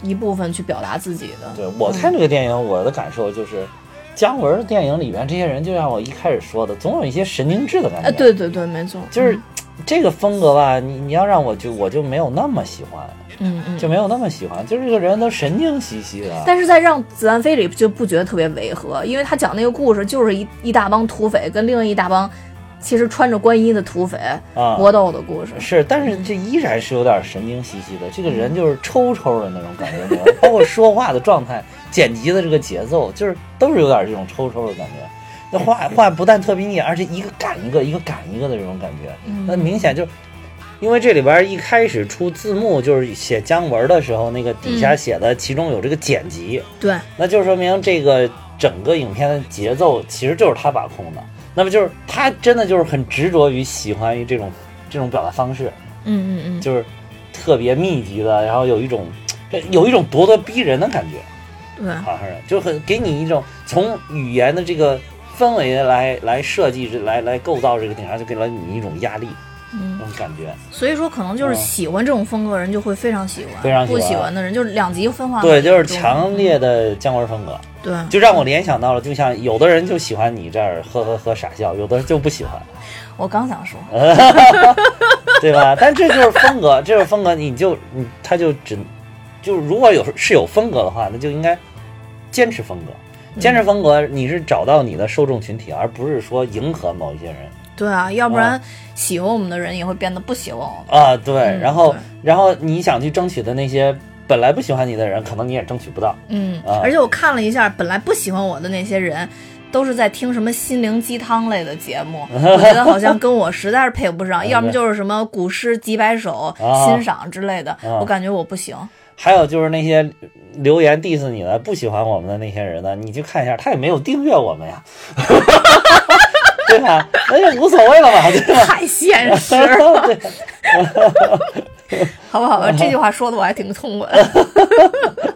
A: 一部分去表达自己的。
B: 对我看这个电影，我的感受就是，姜文的电影里边这些人，就像我一开始说的，总有一些神经质的感觉。
A: 哎，，对嗯对对，没错，
B: 就是这个风格吧，你你要让我就我就没有那么喜欢，
A: 嗯嗯。
B: 就没有那么喜欢，就是这个人都神经兮兮的。
A: 但是在《让子弹飞》里就不觉得特别违和，因为他讲那个故事就是一一大帮土匪跟另一大帮其实穿着官衣的土匪
B: 啊，
A: 搏斗的故事。
B: 是，但是这依然是有点神经兮兮的，这个人就是抽抽的那种感觉，包括说话的状态、剪辑的这个节奏，就是都是有点这种抽抽的感觉。那话话不但特别腻，而且一个赶一个，一个赶一个的这种感觉，那明显就是。因为这里边一开始出字幕就是写姜文的时候，那个底下写的其中有这个剪辑，
A: 对，嗯
B: 那就说明这个整个影片的节奏其实就是他把控的。那么就是他真的就是很执着于喜欢于这种这种表达方式，
A: 嗯嗯嗯，
B: 就是特别密集的，然后有一种有一种咄咄逼人的感觉，
A: 对，
B: 好像是就很给你一种从语言的这个氛围来来设计这来来构造这个电影，就给了你一种压力，
A: 嗯
B: 那。种感觉。
A: 所以说，可能就是
B: 嗯
A: 喜欢这种风格的人就会非常喜欢，
B: 非常喜
A: 不
B: 欢
A: 喜欢的人就是两极分化很
B: 对，
A: 严重。
B: 就是强烈的姜文风格，
A: 对。
B: 就让我联想到了，就像有的人就喜欢你这儿呵呵呵傻笑，有的人就不喜欢。
A: 我刚想说，
B: 哦对吧？但这就是风格，这就是风格，你就你他就只就如果有是有风格的话，那就应该坚持风
A: 嗯
B: 格，坚持风格，你是找到你的受众群体，而不是说迎合某一些人
A: 对啊，要不然喜欢我们的人也会变得不喜欢我们。
B: 啊。对，
A: 嗯
B: 然后
A: 对
B: 然后你想去争取的那些本来不喜欢你的人，可能你也争取不到。
A: 嗯，
B: 啊
A: 而且我看了一下，本来不喜欢我的那些人，都是在听什么心灵鸡汤类的节 目，我觉得好像跟我实在是配不上，要么就是什么古诗几百首、
B: 啊
A: 欣赏之类的，
B: 啊
A: 我感觉我不 行。
B: 还有就是那些留言 diss 你的、不喜欢我们的那些人呢，你去看一下，他也没有订阅我们呀， 对吧？那就无 所谓了嘛，对吧？
A: 太现 实了，好吧，好吧，这句话说的我还挺痛快的。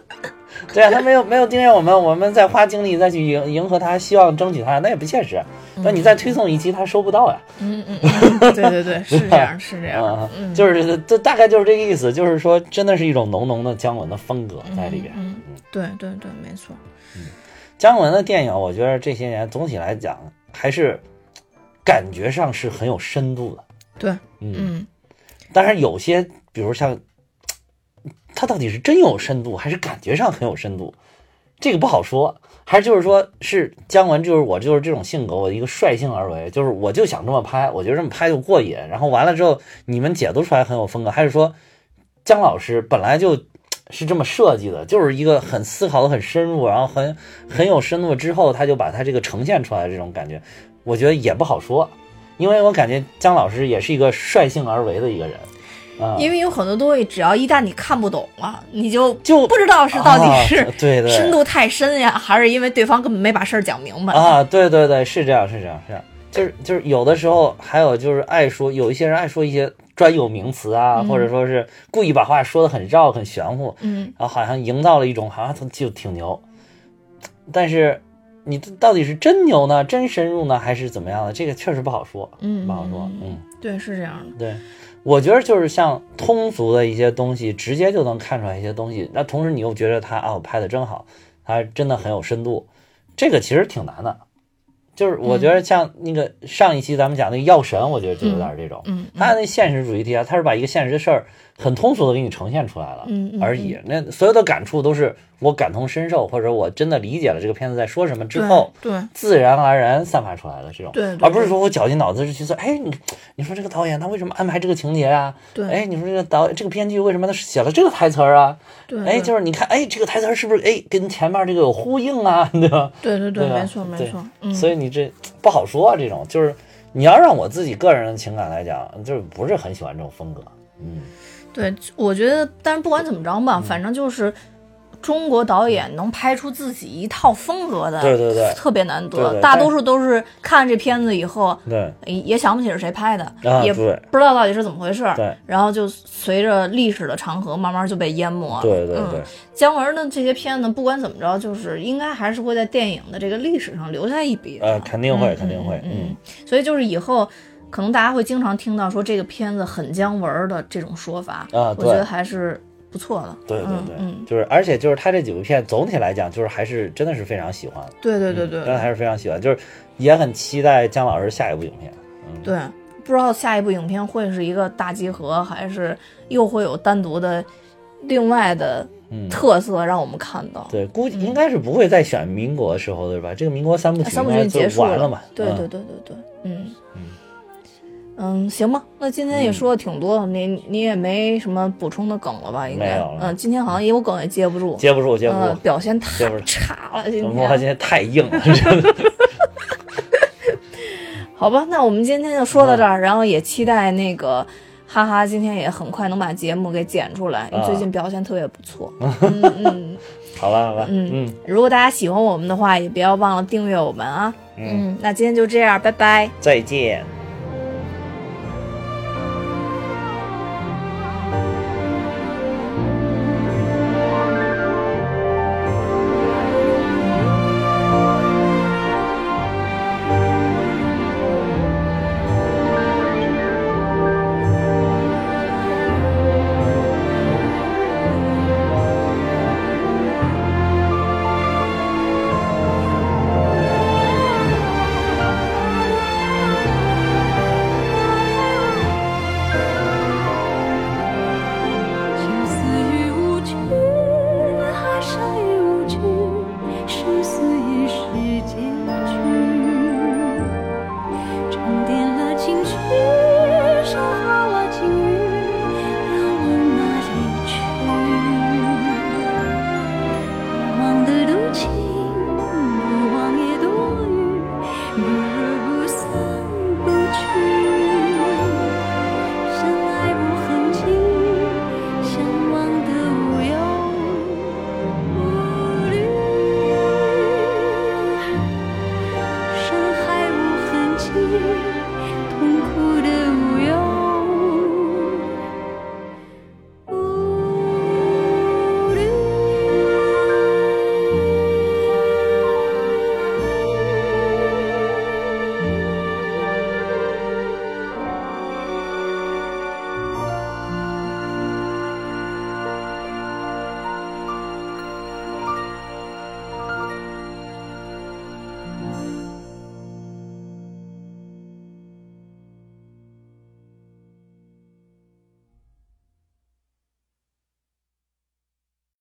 B: 对啊，他没有没有订阅我们，我们再花精力再去迎迎合他，希望争取他，那也不现实。那你再推送一期，他收不到呀。
A: 嗯嗯，嗯，对对对，是这样，是这样。 嗯
B: 啊，就是这大概就是这个意思，就是说真的是一种浓浓的姜文的风格在里边。
A: 嗯，对对对，没错。
B: 姜文的电影，我觉得这些年总体来讲还是感觉上是很有深度的。
A: 对，
B: 嗯，
A: 嗯，
B: 但是有些，比如像他到底是真有深度，还是感觉上很有深度，这个不好说。还是就是说，是姜文，就是我就是这种性格，我一个率性而为，就是我就想这么拍，我觉得这么拍就过瘾。然后完了之后，你们解读出来很有风格，还是说姜老师本来就是这么设计的，就是一个很思考的很深入，然后很很有深度之后，他就把他这个呈现出来的这种感觉，我觉得也不好说，因为我感觉姜老师也是一个率性而为的一个人，啊、
A: 嗯因为有很多东西，只要一旦你看不懂了，你就
B: 就
A: 不知道是到底是
B: 啊、对对
A: 深度太深呀，还是因为对方根本没把事儿讲明白？
B: 啊，对对对，是这样，是这样，是这样。就是就是有的时候还有就是爱说，有一些人爱说一些专有名词啊，或者说是故意把话说的很绕、很玄乎，
A: 嗯，
B: 然后好像营造了一种好像他就挺牛，但是你到底是真牛呢，真深入呢，还是怎么样的？这个确实不好说，
A: 嗯
B: 不好说，嗯，
A: 对，是这样的。
B: 对。我觉得就是像通俗的一些东西，直接哦就能看出来一些东西。那同时你又觉得他啊，我拍的真好，他真的很有深度，这个其实挺难的，就是我觉得像那个上一期咱们讲那个药神，我觉得就有点这种，
A: 嗯
B: 他那现实主义题啊，他是把一个现实的事儿很通俗的给你呈现出来了
A: 嗯嗯
B: 而已。那所有的感触都是我感同身受，或者我真的理解了这个片子在说什么之后，
A: 对对
B: 自然而然散发出来的这种，
A: 对对
B: 而不是说我绞尽脑汁去算，哎，你你说这个导演他为什么安排这个情节啊？
A: 对
B: 哎，你说这个导这个编剧为什么他写了这个台词儿啊？
A: 对，
B: 哎，就是你看，哎，这个台词儿是不是哎跟前面这个有呼应啊？ 对吧？
A: 对对对，
B: 吧
A: 没错没
B: 对
A: 错，嗯，
B: 所以你这不好说啊，这种就是你要让我自己个人的情感来讲，就是不是很喜欢这种风格。嗯，
A: 对，我觉得，但是不管怎么着吧，反正就是中国导演能拍出自己一套风格的，
B: 对对对
A: 特别难
B: 对
A: 得。
B: 对
A: 大
B: 但
A: 多数都是看这片子以后。
B: 对
A: 也也想不起是谁拍的，
B: 啊
A: 也
B: 对
A: 不知道到底是怎么回事儿
B: 对
A: 然后就随着历史的长河，慢慢就被淹没了。
B: 对对
A: 嗯
B: 对，
A: 姜文的这些片呢，不管怎么着，就是应该还是会在电影的这个历史上留下一笔的。
B: 呃，肯定会，
A: 嗯
B: 肯定会，嗯
A: 嗯，所以就是以后可能大家会经常听到说这个片子很姜文儿的这种说法，
B: 啊
A: 我
B: 对
A: 觉得还是不错的。
B: 对对
A: 嗯
B: 对，
A: 嗯，
B: 就是而且就是他这几部片总体来讲，就是还是真的是非常喜欢，
A: 对对对对
B: 真的还是非常喜欢，就是也很期待姜老师下一部影片。嗯，
A: 对，不知道下一部影片会是一个大集合，还是又会有单独的另外的
B: 嗯
A: 特色让我们看到。
B: 对，估
A: 嗯
B: 计应该是不会再选民国时候的是吧？这个民国三部曲
A: 啊三部
B: 应该
A: 曲结
B: 就
A: 束
B: 完嘛？
A: 对
B: 嗯
A: 对对对对，嗯嗯，行吧，那今天也说的挺多，你你也没什么补充的梗了吧？应
B: 没
A: 该
B: 有了，
A: 嗯，今天好像也有梗也接不住，
B: 接不住，接不
A: 呃，
B: 住，
A: 表现
B: 接
A: 太
B: 不住
A: 差了，嗯今
B: 我
A: 天。
B: 现在太硬了，真的。
A: 好吧，那我们今天就说到这
B: 嗯
A: 儿，然后也期待那个哈哈，今天也很快能把节目给剪出来。
B: 啊
A: 最近表现特别不错，嗯嗯
B: 好吧，好吧，嗯
A: 嗯。如果大家喜欢我们的话，也不要忘了订阅我们啊。
B: 嗯
A: 嗯，那今天就这样，拜拜。
B: 再见。